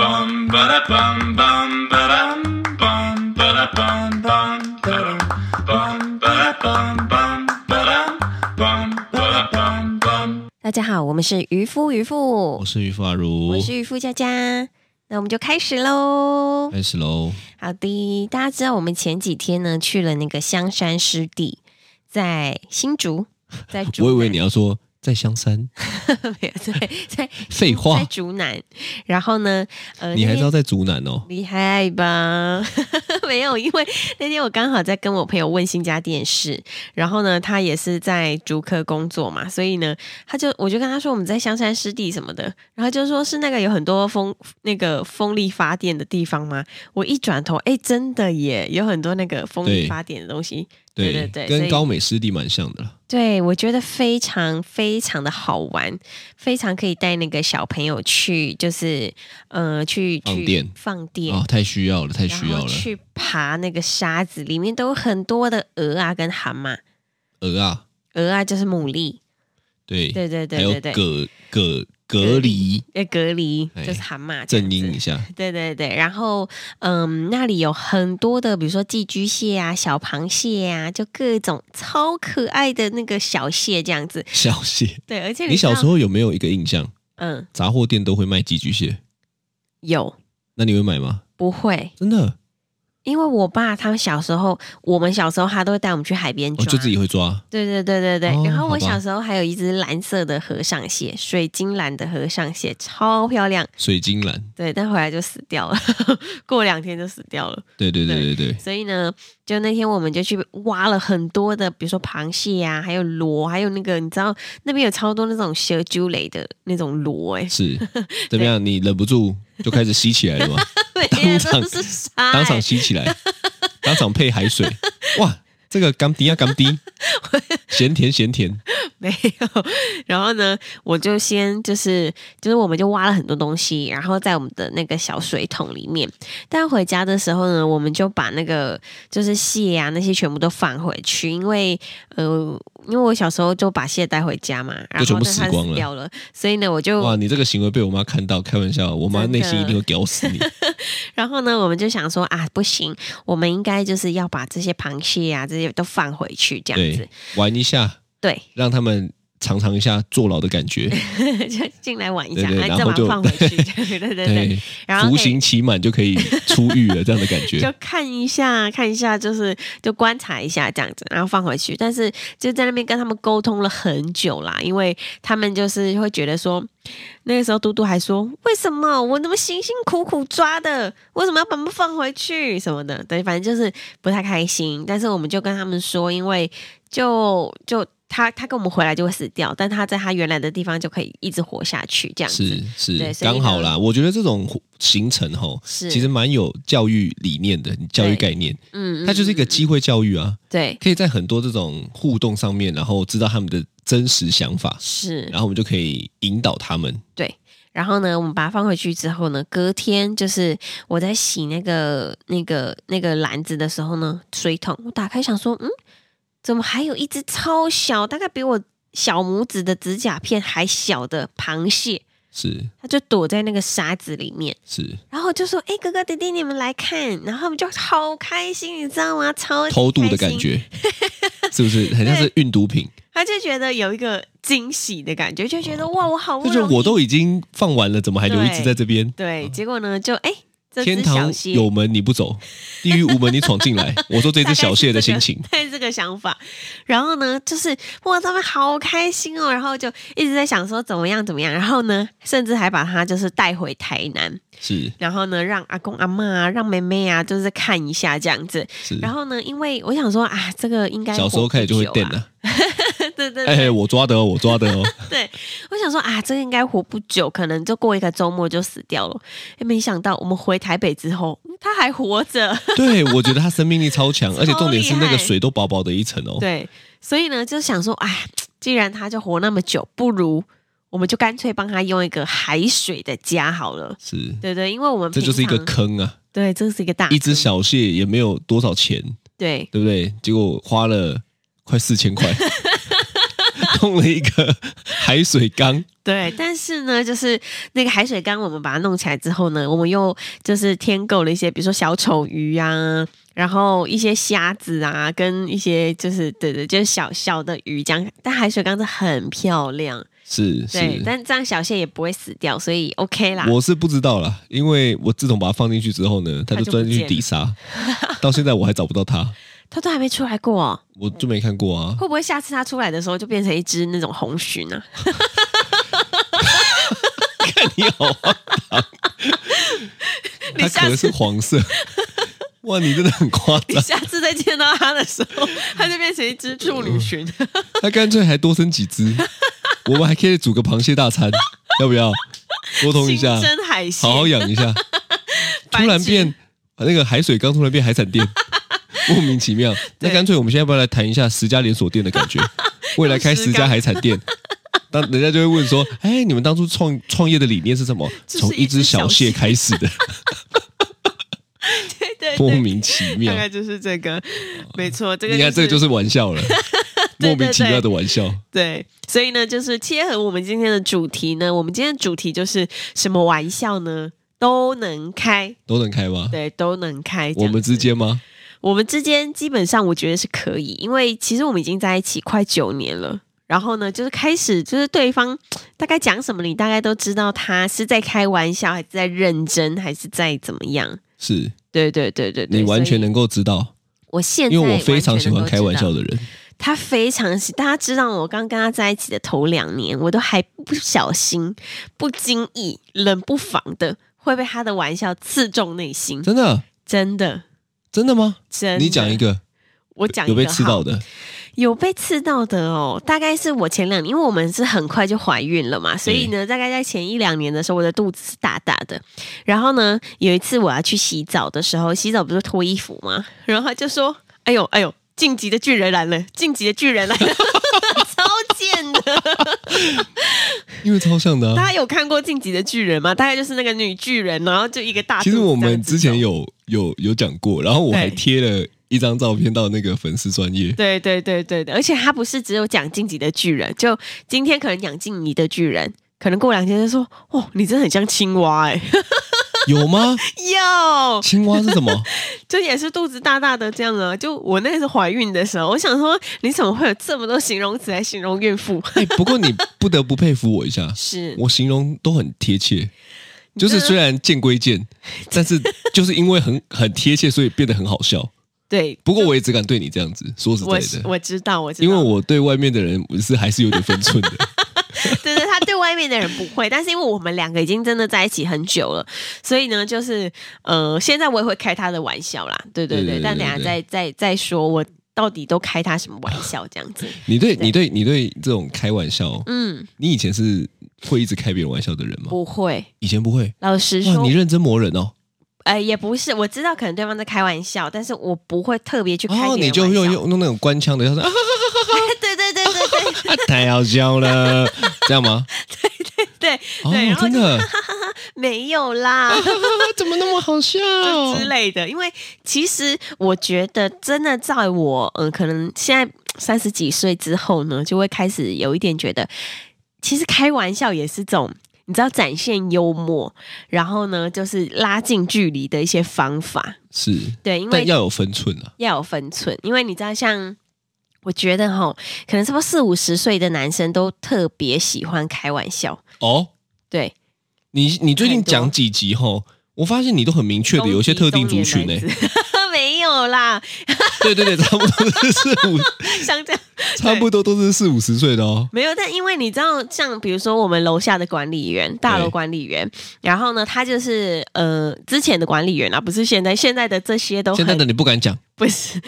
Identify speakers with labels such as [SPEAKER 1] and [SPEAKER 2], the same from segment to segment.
[SPEAKER 1] bum ba da bum bum ba dum bum ba da bum bum ba dum bum ba da bum bum ba dum bum ba da bum bum.
[SPEAKER 2] 大家好，我们是渔夫渔妇
[SPEAKER 3] 我，哦是于发如
[SPEAKER 2] 我，是渔夫佳佳，那我们就开始喽。
[SPEAKER 3] 开始喽。
[SPEAKER 2] 好的，大家知道我们前几天呢去了那个香山湿地，在新竹，在竹
[SPEAKER 3] 我以为
[SPEAKER 2] 南
[SPEAKER 3] 你要说在香山，
[SPEAKER 2] 没有对，在
[SPEAKER 3] 废
[SPEAKER 2] 在
[SPEAKER 3] 话，
[SPEAKER 2] 竹南，然后呢，呃，
[SPEAKER 3] 你还
[SPEAKER 2] 那
[SPEAKER 3] 知
[SPEAKER 2] 天
[SPEAKER 3] 道在竹南哦？
[SPEAKER 2] 厉害吧？ 没有，因为那天我刚好在跟我朋友问新家电视，然后呢，他也是在竹科工作嘛，所以呢，他就我就跟他说我们在香山湿地什么的，然后就说是那个有很多风那个风力发电的地方吗？我一转头，哎，真的耶，有很多那个风力
[SPEAKER 3] 对
[SPEAKER 2] 发电的东西。对
[SPEAKER 3] 对
[SPEAKER 2] 对对所
[SPEAKER 3] 跟
[SPEAKER 2] 以
[SPEAKER 3] 高美湿地蛮像的啦。
[SPEAKER 2] 对，我觉得非常非常的好玩，非常可以带那个小朋友去，就是呃，去
[SPEAKER 3] 放
[SPEAKER 2] 去
[SPEAKER 3] 电
[SPEAKER 2] 放电
[SPEAKER 3] 啊，太需要了，太
[SPEAKER 2] 然
[SPEAKER 3] 需要
[SPEAKER 2] 后
[SPEAKER 3] 了。
[SPEAKER 2] 去爬那个沙子，里面都有很多的鹅啊跟蛤蟆，
[SPEAKER 3] 鹅啊，
[SPEAKER 2] 鹅啊就是牡蛎，
[SPEAKER 3] 对，
[SPEAKER 2] 对对
[SPEAKER 3] 还有
[SPEAKER 2] 对对对，
[SPEAKER 3] 蛤蛤蛤蜊，
[SPEAKER 2] 呃，隔离
[SPEAKER 3] 哎
[SPEAKER 2] 就是蛤蟆，这样
[SPEAKER 3] 正
[SPEAKER 2] 子
[SPEAKER 3] 音一下，
[SPEAKER 2] 对对对，然后嗯，那里有很多的，比如说寄居蟹啊、小螃蟹啊，就各种超可爱的那个小蟹这样子。
[SPEAKER 3] 小蟹。
[SPEAKER 2] 对，而且
[SPEAKER 3] 你小时
[SPEAKER 2] 候
[SPEAKER 3] 候有没有一个印象，
[SPEAKER 2] 嗯
[SPEAKER 3] 杂货店都会卖寄居蟹？
[SPEAKER 2] 有
[SPEAKER 3] 那你会买吗？
[SPEAKER 2] 不会？
[SPEAKER 3] 真的，
[SPEAKER 2] 因为我爸他们小时候，我们小时候他都会带我们去海边
[SPEAKER 3] 我
[SPEAKER 2] 抓，
[SPEAKER 3] 哦就自己会抓。
[SPEAKER 2] 对对对对对，
[SPEAKER 3] 哦
[SPEAKER 2] 然后我
[SPEAKER 3] 好吧
[SPEAKER 2] 小时候还有一只蓝色的和尚蟹，水晶蓝的和尚蟹，超漂亮。
[SPEAKER 3] 水晶兰，
[SPEAKER 2] 对，但回来就死掉了， 过两天就死掉了。
[SPEAKER 3] 对对对对对，
[SPEAKER 2] 所以呢，就那天我们就去挖了很多的，比如说螃蟹啊，还有螺，还有那个你知道那边有超多那种蛇珠雷的那种螺、 欸，
[SPEAKER 3] 是怎么样？你忍不住就开始吸起来了吗？
[SPEAKER 2] 哎，每
[SPEAKER 3] 当场
[SPEAKER 2] 都是沙、
[SPEAKER 3] 当
[SPEAKER 2] 欸
[SPEAKER 3] 场。吸起 来，当场配海水，哇，这个甘迪啊 甘迪，咸甜咸甜，
[SPEAKER 2] 没有。然后呢，我就先就是就是我们就挖了很多东西，然后在我们的那个小水桶里面。但回家的时候呢，我们就把那个就是蟹啊那些全部都放回去，因为呃，因为我小时候就把蟹带回家嘛，然后
[SPEAKER 3] 全部
[SPEAKER 2] 但它
[SPEAKER 3] 死光了
[SPEAKER 2] 掉了，所以呢，我就
[SPEAKER 3] 哇，你这个行为被我妈看到，开玩笑，我妈
[SPEAKER 2] 真的
[SPEAKER 3] 内心一定会屌死 你。
[SPEAKER 2] 然后呢，我们就想说啊，不行，我们应该就是要把这些螃蟹啊这些都放回去，这样子
[SPEAKER 3] 对，玩一下，
[SPEAKER 2] 对，
[SPEAKER 3] 让他们尝尝一下坐牢的感觉，
[SPEAKER 2] 就进来玩一下，
[SPEAKER 3] 对对
[SPEAKER 2] 哎
[SPEAKER 3] 然
[SPEAKER 2] 再
[SPEAKER 3] 后
[SPEAKER 2] 把它
[SPEAKER 3] 就
[SPEAKER 2] 放回去， 对 对对对，
[SPEAKER 3] 对，
[SPEAKER 2] 然后
[SPEAKER 3] 服
[SPEAKER 2] 可以
[SPEAKER 3] 刑期满就可以出狱了，这样的感
[SPEAKER 2] 就
[SPEAKER 3] 觉。
[SPEAKER 2] 看一下，看一下，就是就观察一下这样子，然后放回去。但是就在那边跟他们沟通了很久啦，因为他们就是会觉得说，那个时候嘟嘟还说，为什么我那么辛辛苦苦抓的，为什么要把它们放回去什么的？对，反正就是不太开心。但是我们就跟他们说，因为就就。他他跟我们回来就会死掉，但他在他原来的地方就可以一直活下去，这样子
[SPEAKER 3] 是
[SPEAKER 2] 对
[SPEAKER 3] 是，
[SPEAKER 2] 所以呢
[SPEAKER 3] 刚好啦。我觉得这种行程吼，
[SPEAKER 2] 是
[SPEAKER 3] 其实蛮有教育理念的，教育
[SPEAKER 2] 对
[SPEAKER 3] 概念，
[SPEAKER 2] 嗯，嗯
[SPEAKER 3] 它就是一个机会教育啊，
[SPEAKER 2] 对
[SPEAKER 3] 可以在很多这种互动上面，然后知道他们的真实想法，
[SPEAKER 2] 是
[SPEAKER 3] 然后我们就可以引导他们。
[SPEAKER 2] 然后呢，我们把它放回去之后呢，隔天就是我在洗那个那个那个篮子的时候呢，水桶我打开想说，嗯，怎么还有一只超小，大概比我小拇指的指甲片还小的螃蟹，
[SPEAKER 3] 是
[SPEAKER 2] 它就躲在那个沙子里面。
[SPEAKER 3] 是，
[SPEAKER 2] 然后我就说，哎、哥哥弟弟，你们来看。然后他们就好开心，你知道吗？超级
[SPEAKER 3] 偷渡
[SPEAKER 2] 开
[SPEAKER 3] 的感
[SPEAKER 2] 心
[SPEAKER 3] 觉，是 不是很像是运毒品？
[SPEAKER 2] 他就觉得有一个惊喜的感觉，就觉得哇，我好不
[SPEAKER 3] 就是
[SPEAKER 2] 容易，
[SPEAKER 3] 我都已经放完了，怎么还留一只在这边？
[SPEAKER 2] 对。结果呢，就哎。这
[SPEAKER 3] 天
[SPEAKER 2] 只小
[SPEAKER 3] 堂
[SPEAKER 2] 蟹
[SPEAKER 3] 有门你不走，地狱无门你闯 进来。我说这只小蟹的心情，
[SPEAKER 2] 对这个想法。然后呢，就是哇，他们好开心哦，然后就一直在想说怎么样怎么样，然后呢，甚至还把他就是带回台南，
[SPEAKER 3] 是
[SPEAKER 2] 然后呢，让阿公阿妈啊，让妹妹啊，就是看一下这样子。
[SPEAKER 3] 是。
[SPEAKER 2] 然后呢，因为我想说啊，这个应该
[SPEAKER 3] 小时
[SPEAKER 2] 活
[SPEAKER 3] 候
[SPEAKER 2] 不
[SPEAKER 3] 开始就会
[SPEAKER 2] 久啊
[SPEAKER 3] 电，了，
[SPEAKER 2] 对对对。
[SPEAKER 3] 哎，我抓的哦，我抓的 哦，
[SPEAKER 2] 我想说啊，这个应该活不久，可能就过一个周末就死掉了。哎，没想到我们回台北之后，嗯他还活着。
[SPEAKER 3] 对我觉得它生命力超强，而且重点是那
[SPEAKER 2] 超厉害
[SPEAKER 3] 个水都薄薄的一层哦，
[SPEAKER 2] 对，所以呢，就想说，哎，既然他就活那么久，不如我们就干脆帮他用一个海水的家好了。
[SPEAKER 3] 是，
[SPEAKER 2] 对对，因为我们
[SPEAKER 3] 这就是一
[SPEAKER 2] 平
[SPEAKER 3] 个
[SPEAKER 2] 常
[SPEAKER 3] 坑啊，
[SPEAKER 2] 对，这是一个大
[SPEAKER 3] 一只
[SPEAKER 2] 坑
[SPEAKER 3] 小蟹也没有多少钱，
[SPEAKER 2] 对
[SPEAKER 3] 对不对？结果花了快四千块，弄了一个海水缸，
[SPEAKER 2] 对，但是呢，就是那个海水缸，我们把它弄起来之后呢，我们又就是添购了一些，比如说小丑鱼啊，然后一些虾子啊，跟一些就是对对，就是小小的鱼这样。但海水缸是很漂亮，
[SPEAKER 3] 是
[SPEAKER 2] 对
[SPEAKER 3] 是，。
[SPEAKER 2] 但啊这样小蟹也不会死掉，所以 OK 啦。
[SPEAKER 3] 我是不知道啦，因为我自从把它放进去之后呢，它
[SPEAKER 2] 它
[SPEAKER 3] 就
[SPEAKER 2] 就
[SPEAKER 3] 钻进
[SPEAKER 2] 不见
[SPEAKER 3] 去 底沙，到现在我还找不到它，
[SPEAKER 2] 它都还没出来过、哦，
[SPEAKER 3] 我就没看过啊。
[SPEAKER 2] 会不会下次它出来的时候就变成一只那种红鲟啊呢、
[SPEAKER 3] 看你好荒唐，
[SPEAKER 2] 你
[SPEAKER 3] 它
[SPEAKER 2] 下
[SPEAKER 3] 可能
[SPEAKER 2] 次
[SPEAKER 3] 是黄色。哇，你真的很夸
[SPEAKER 2] 你
[SPEAKER 3] 张，
[SPEAKER 2] 下次再见到它的时候，它就变成一只处女鲟。
[SPEAKER 3] 它干脆还多生几只，我们还可以煮个螃蟹大餐，要不 要？沟通
[SPEAKER 2] 新
[SPEAKER 3] 一下，
[SPEAKER 2] 生海蟹，
[SPEAKER 3] 好好养一下。
[SPEAKER 2] 繁
[SPEAKER 3] 突然
[SPEAKER 2] 殖
[SPEAKER 3] 变那个海水缸突然变海产店，莫名其妙。那干脆我们现在要不要来谈一下十家连锁店的感觉？未来开十家海产店，当人家就会问说：“哎，你们当初创创业的理念是什么？
[SPEAKER 2] 就是
[SPEAKER 3] 从
[SPEAKER 2] 一
[SPEAKER 3] 一
[SPEAKER 2] 只
[SPEAKER 3] 只小
[SPEAKER 2] 小
[SPEAKER 3] 蟹
[SPEAKER 2] 蟹
[SPEAKER 3] 开始的，
[SPEAKER 2] 对对
[SPEAKER 3] 莫
[SPEAKER 2] 对
[SPEAKER 3] 名其妙
[SPEAKER 2] 大。概就是这个，没错，这个、
[SPEAKER 3] 你看，这个就是玩笑了，莫名其妙
[SPEAKER 2] 对对
[SPEAKER 3] 的玩笑。
[SPEAKER 2] 对，所以呢，就是切合我们今天的主题呢，我们今天的主题就是什么玩笑呢？都能开，
[SPEAKER 3] 都能开吗？
[SPEAKER 2] 对，都能开。这
[SPEAKER 3] 我
[SPEAKER 2] 样
[SPEAKER 3] 们之间吗？
[SPEAKER 2] 我们之间基本上我觉得是可以，因为其实我们已经在一起快九年了。然后呢，就是开始就是对方大概讲什么，你大概都知道他是在开玩笑，还是在认真，还是在怎么样？
[SPEAKER 3] 是
[SPEAKER 2] 对对对对对，
[SPEAKER 3] 你完
[SPEAKER 2] 所
[SPEAKER 3] 全
[SPEAKER 2] 以
[SPEAKER 3] 能够知道，
[SPEAKER 2] 我现在
[SPEAKER 3] 因为我非常
[SPEAKER 2] 完
[SPEAKER 3] 喜
[SPEAKER 2] 全能
[SPEAKER 3] 欢
[SPEAKER 2] 够
[SPEAKER 3] 开
[SPEAKER 2] 知
[SPEAKER 3] 玩
[SPEAKER 2] 道
[SPEAKER 3] 笑的人。
[SPEAKER 2] 他非常喜，大家知道我刚跟他在一起的头两年，我都还不小心、不经意、冷不防的会被他的玩笑刺中内心，
[SPEAKER 3] 真的，
[SPEAKER 2] 真的，
[SPEAKER 3] 真的吗？
[SPEAKER 2] 真的。
[SPEAKER 3] 你讲一，个，
[SPEAKER 2] 我讲一
[SPEAKER 3] 有
[SPEAKER 2] 个，
[SPEAKER 3] 被吃到
[SPEAKER 2] 好，
[SPEAKER 3] 的，
[SPEAKER 2] 有被刺到的哦。大概是我前两年，因为我们是很快就怀孕了嘛，所以呢，
[SPEAKER 3] 嗯
[SPEAKER 2] 大概在前一两年的时候，我的肚子是大大的。然后呢，有一次我要去洗澡的时候，洗澡不是脱衣服吗？ 然后他就说：“哎呦，哎呦。”晋级的巨人来了！晋级的巨人来 了，超贱的！
[SPEAKER 3] 因为超像的啊。
[SPEAKER 2] 大家有看过《晋级的巨人》吗？大概就是那个女巨人，然后就一个大肚
[SPEAKER 3] 其
[SPEAKER 2] 子
[SPEAKER 3] 实
[SPEAKER 2] 这样子走。
[SPEAKER 3] 我们之前有有有讲过，然后我还
[SPEAKER 2] 对
[SPEAKER 3] 贴了一张照片到那个粉丝专业，
[SPEAKER 2] 对对对对对，而且他不是只有讲《晋级的巨人》，就今天可能讲《晋级的巨人》，可能过两天就说：“哦，你真的很像青蛙 哎、
[SPEAKER 3] 有 吗？
[SPEAKER 2] 哟，
[SPEAKER 3] 青蛙是什么？
[SPEAKER 2] 就也是肚子大大的这样啊。就我那时候怀孕的时候，我想说你怎么会有这么多形容词来形容孕妇？
[SPEAKER 3] 哎、不过你不得不佩服我一下，
[SPEAKER 2] 是
[SPEAKER 3] 我形容都很贴切，就是虽然见归 见，但是就是因为很很贴切，所以变得很好笑。
[SPEAKER 2] 对，
[SPEAKER 3] 不过我也只敢对你这样子，说实
[SPEAKER 2] 我
[SPEAKER 3] 在的，
[SPEAKER 2] 我知道，我知道，
[SPEAKER 3] 因为我对外面的人我是还是有点分寸 的。
[SPEAKER 2] 对对，他对外面的人不会，但是因为我们两个已经真的在一起很久了，所以呢，就是呃，现在我也会开他的玩笑啦，对对
[SPEAKER 3] 对对
[SPEAKER 2] 对，
[SPEAKER 3] 对
[SPEAKER 2] 但等下
[SPEAKER 3] 对
[SPEAKER 2] 再再再说我到底都开他什么玩笑这 样子，
[SPEAKER 3] 你对你对你对这种开玩笑，
[SPEAKER 2] 嗯，
[SPEAKER 3] 你以前是会一直开别人玩笑的人吗？
[SPEAKER 2] 不会，
[SPEAKER 3] 以前不会。
[SPEAKER 2] 老实
[SPEAKER 3] 哇，
[SPEAKER 2] 说
[SPEAKER 3] 你，认真磨人哦！
[SPEAKER 2] 呃，也不是，我知道可能对方在开玩笑，但是我不会特别去开别
[SPEAKER 3] 哦，你
[SPEAKER 2] 人
[SPEAKER 3] 就
[SPEAKER 2] 玩
[SPEAKER 3] 用
[SPEAKER 2] 笑，
[SPEAKER 3] 用用那种官腔的，他说 啊，啊
[SPEAKER 2] 对对对对对
[SPEAKER 3] 太好 笑了，这样吗？
[SPEAKER 2] 对
[SPEAKER 3] 哦
[SPEAKER 2] 对，然，后
[SPEAKER 3] 真
[SPEAKER 2] 就
[SPEAKER 3] 的，
[SPEAKER 2] 没有啦。
[SPEAKER 3] 怎么那么好笑？
[SPEAKER 2] 就之类的。因为其实我觉得，真的在我嗯、呃可能现在三十几岁之后呢，就会开始有一点觉得，其实开玩笑也是种。你知道展现幽默，然后呢，就是拉近距离的一些方法。
[SPEAKER 3] 是，
[SPEAKER 2] 对，因为
[SPEAKER 3] 但要有分寸啊。
[SPEAKER 2] 要有分寸，因为你知道像。我觉得哈，可能差不多四五十岁的男生都特别喜欢开玩笑，
[SPEAKER 3] 哦，
[SPEAKER 2] 对，
[SPEAKER 3] 你你最近
[SPEAKER 2] 很多
[SPEAKER 3] 讲几集吼，我发现你都很明确的，有一些特定族群欸
[SPEAKER 2] 呢
[SPEAKER 3] 呢、。
[SPEAKER 2] 没有啦，
[SPEAKER 3] 对对对，差不多是四 五，
[SPEAKER 2] 像这样
[SPEAKER 3] 差不多都是四五十岁的哦。
[SPEAKER 2] 没有，但因为你知道，像比如说我们楼下的管理员，大楼
[SPEAKER 3] 对
[SPEAKER 2] 管理员，然后呢，他就是呃之前的管理员啊，不是现在现在的这些都
[SPEAKER 3] 现在
[SPEAKER 2] 很
[SPEAKER 3] 的你不敢讲，
[SPEAKER 2] 不是，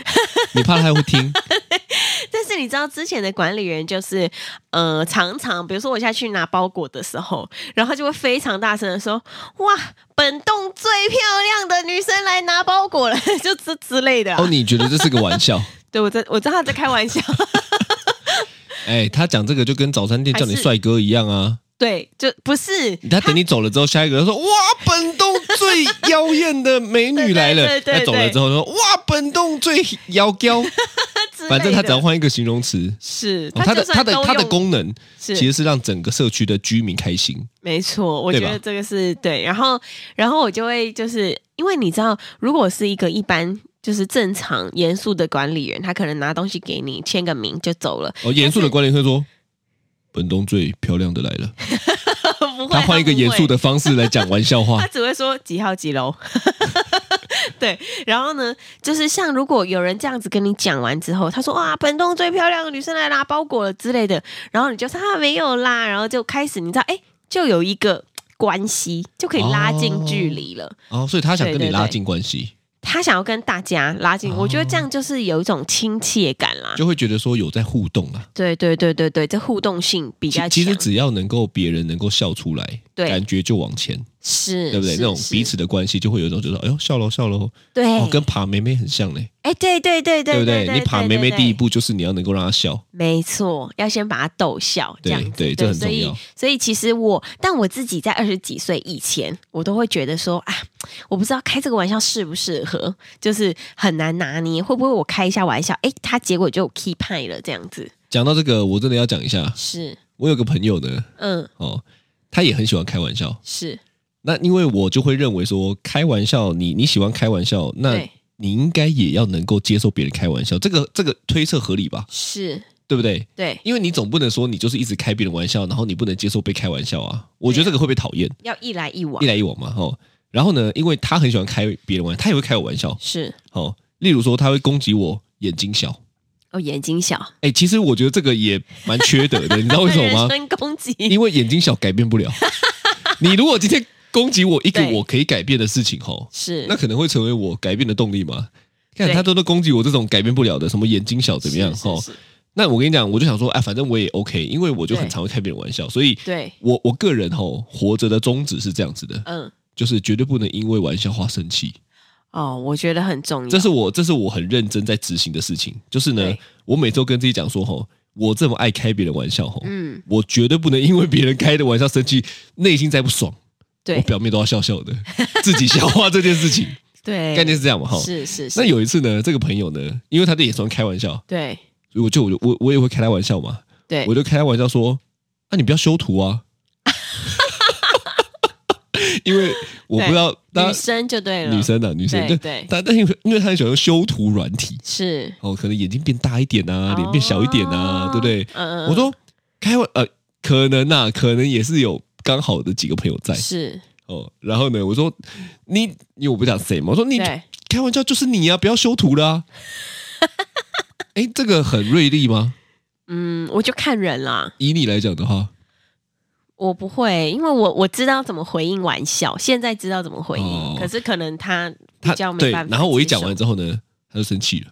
[SPEAKER 3] 你怕他会听。
[SPEAKER 2] 但是你知道之前的管理员就是呃常常，比如说我现在去拿包裹的时候，然后他就会非常大声的说：“哇，本栋最漂亮的女生来拿包裹了”， 就之之类的啊、
[SPEAKER 3] 哦，你觉得这是个玩笑？
[SPEAKER 2] 对我在我知道他在开 玩笑，
[SPEAKER 3] 哎，他讲这个就跟早餐店叫你
[SPEAKER 2] 还是
[SPEAKER 3] 帅哥一样啊。
[SPEAKER 2] 对，就不是
[SPEAKER 3] 他等你走了之后，下一个人说：“哇，本栋最妖艳的美女来了。”
[SPEAKER 2] 对对对对对
[SPEAKER 3] 他走了之后说：“哇，本栋最妖娇。
[SPEAKER 2] 之之类的。
[SPEAKER 3] 反正它只要换一个形容词，
[SPEAKER 2] 是
[SPEAKER 3] 哦它的它
[SPEAKER 2] 它
[SPEAKER 3] 的它的功能
[SPEAKER 2] 是
[SPEAKER 3] 其实是让整个社区的居民开心。
[SPEAKER 2] 没错，我
[SPEAKER 3] 对
[SPEAKER 2] 觉
[SPEAKER 3] 吧
[SPEAKER 2] 得这个是对。然后，然后我就会就是因为你知道，如果是一个一般就是正常严肃的管理员，他可能拿东西给你签个名就走了，
[SPEAKER 3] 哦，严肃的管理会说，本东最漂亮的来 了，
[SPEAKER 2] 不会，
[SPEAKER 3] 他换一个
[SPEAKER 2] 不会
[SPEAKER 3] 严肃，的方式来讲玩笑话
[SPEAKER 2] 他。只会说几号几楼。 对，然后呢，就是像如果有人这样子跟你讲完之后，他说哇，本栋最漂亮的女生来拿包裹了之类的，然后你就说啊没有啦，然后就开始你知道，哎，就有一个关系就可以拉近距离了。
[SPEAKER 3] 哦，所以他想跟你
[SPEAKER 2] 对对对
[SPEAKER 3] 拉近关系，
[SPEAKER 2] 他想要跟大家拉近，
[SPEAKER 3] 哦
[SPEAKER 2] 我觉得这样就是有一种亲切感啦。
[SPEAKER 3] 就会觉得说有在互动啊。
[SPEAKER 2] 对对对对对，这互动性比
[SPEAKER 3] 其
[SPEAKER 2] 较强，
[SPEAKER 3] 其实只要能够别人能够笑出来，
[SPEAKER 2] 啊对
[SPEAKER 3] 感觉就往前，
[SPEAKER 2] 是
[SPEAKER 3] 对不
[SPEAKER 2] 嗯
[SPEAKER 3] 对？
[SPEAKER 2] 是
[SPEAKER 3] 那种
[SPEAKER 2] 是
[SPEAKER 3] 彼此的关系就会有一种就是哎呦笑喽笑喽，
[SPEAKER 2] 对，
[SPEAKER 3] 哦，跟爬妹妹很像嘞，
[SPEAKER 2] 哎对对对对
[SPEAKER 3] 对不
[SPEAKER 2] 对，
[SPEAKER 3] 你爬妹妹第一
[SPEAKER 2] 对，
[SPEAKER 3] 步就是你要能够让她笑，
[SPEAKER 2] 没错，要先把她逗笑，这
[SPEAKER 3] 对
[SPEAKER 2] 样子
[SPEAKER 3] 对这很重
[SPEAKER 2] 所
[SPEAKER 3] 要
[SPEAKER 2] 以所以其实我，但我自己在二十几岁以前，我都会觉得说啊，我不知道开这个玩笑适不适合，就是很难拿捏，会不会我开一下玩笑，哎，他结果就 key 派了这样子，
[SPEAKER 3] 讲到这个，我真的要讲一下，
[SPEAKER 2] 是，
[SPEAKER 3] 我有个朋友呢，
[SPEAKER 2] 嗯，
[SPEAKER 3] 哦，他也很喜欢开玩笑。
[SPEAKER 2] 是
[SPEAKER 3] 那因为我就会认为说，开玩笑，你你喜欢开玩笑，那
[SPEAKER 2] 对
[SPEAKER 3] 你应该也要能够接受别人开玩笑，这个这个推测合理吧？
[SPEAKER 2] 是，
[SPEAKER 3] 对不对？
[SPEAKER 2] 对。
[SPEAKER 3] 因为你总不能说你就是一直开别人玩笑，然后你不能接受被开玩笑啊。我觉得这个会被讨厌，
[SPEAKER 2] 要一来一往
[SPEAKER 3] 一，来一往嘛，哦。然后呢，因为他很喜欢开别人玩，他也会开我玩笑，
[SPEAKER 2] 是
[SPEAKER 3] 哦。例如说，他会攻击我眼睛小，
[SPEAKER 2] 哦，眼睛小，
[SPEAKER 3] 哎，其实我觉得这个也蛮缺德 的，你知道为什么哦吗？
[SPEAKER 2] 人身攻击，
[SPEAKER 3] 因为眼睛小改变不 了。你如果今天攻击我一个
[SPEAKER 2] 对
[SPEAKER 3] 我可以改变的事情，吼，
[SPEAKER 2] 是
[SPEAKER 3] 那可能会成为我改变的动力嘛。看
[SPEAKER 2] 对
[SPEAKER 3] 他都都攻击我这种改变不了的，什么眼睛小怎么样？哦
[SPEAKER 2] 是是
[SPEAKER 3] 吼，
[SPEAKER 2] 是
[SPEAKER 3] 那我跟你讲，我就想说，哎，反正我也 OK，因为我就很
[SPEAKER 2] 对
[SPEAKER 3] 常会开别人玩笑，所以
[SPEAKER 2] 对，
[SPEAKER 3] 我我个人吼活着的宗旨是这样子的，
[SPEAKER 2] 嗯，
[SPEAKER 3] 就是绝对不能因为玩笑话生气。
[SPEAKER 2] 哦，我觉得很重要，
[SPEAKER 3] 这是我这是我很认真在执行的事情，就是呢
[SPEAKER 2] 对，
[SPEAKER 3] 我每周跟自己讲说，吼，我这么爱开别人玩笑，吼，
[SPEAKER 2] 嗯，
[SPEAKER 3] 我绝对不能因为别人开的玩笑生气，内心再不爽，我
[SPEAKER 2] 对
[SPEAKER 3] 表面都要笑 笑的，自己消化这件事情，
[SPEAKER 2] 对，
[SPEAKER 3] 概念是这样嘛？哈。
[SPEAKER 2] 是是是，
[SPEAKER 3] 那有一次呢，这个朋友呢，因为他的也喜欢开玩笑，
[SPEAKER 2] 对
[SPEAKER 3] 所以我就我就我我也会开他玩笑嘛，
[SPEAKER 2] 对
[SPEAKER 3] 我就开他玩笑说：“啊，你不要修 图啊！”因为我不知道大
[SPEAKER 2] 女
[SPEAKER 3] 家
[SPEAKER 2] 生就对了，
[SPEAKER 3] 女生啊，女生
[SPEAKER 2] 对
[SPEAKER 3] 就
[SPEAKER 2] 对
[SPEAKER 3] 但但因为因为他很喜欢用修图软体，
[SPEAKER 2] 是
[SPEAKER 3] 哦，可能眼睛变大一点啊，脸变小一点啊，
[SPEAKER 2] 哦
[SPEAKER 3] 对不对？
[SPEAKER 2] 嗯嗯，
[SPEAKER 3] 我说开玩呃，可能呐、可能也是有刚好的几个朋友在
[SPEAKER 2] 是
[SPEAKER 3] 哦。然后呢，我说你，因为我不讲谁嘛，我说你
[SPEAKER 2] 对
[SPEAKER 3] 开玩笑就是你啊，不要修图啦、啊。 哎，这个很锐利吗？
[SPEAKER 2] 嗯，我就看人啦，
[SPEAKER 3] 以你来讲的话，
[SPEAKER 2] 我不会，因为我我知道怎么回应玩笑，现在知道怎么回
[SPEAKER 3] 哦
[SPEAKER 2] 应，可是可能他比
[SPEAKER 3] 他
[SPEAKER 2] 较
[SPEAKER 3] 对，
[SPEAKER 2] 没办法接受，
[SPEAKER 3] 然后我一讲完之后呢，他就生气了。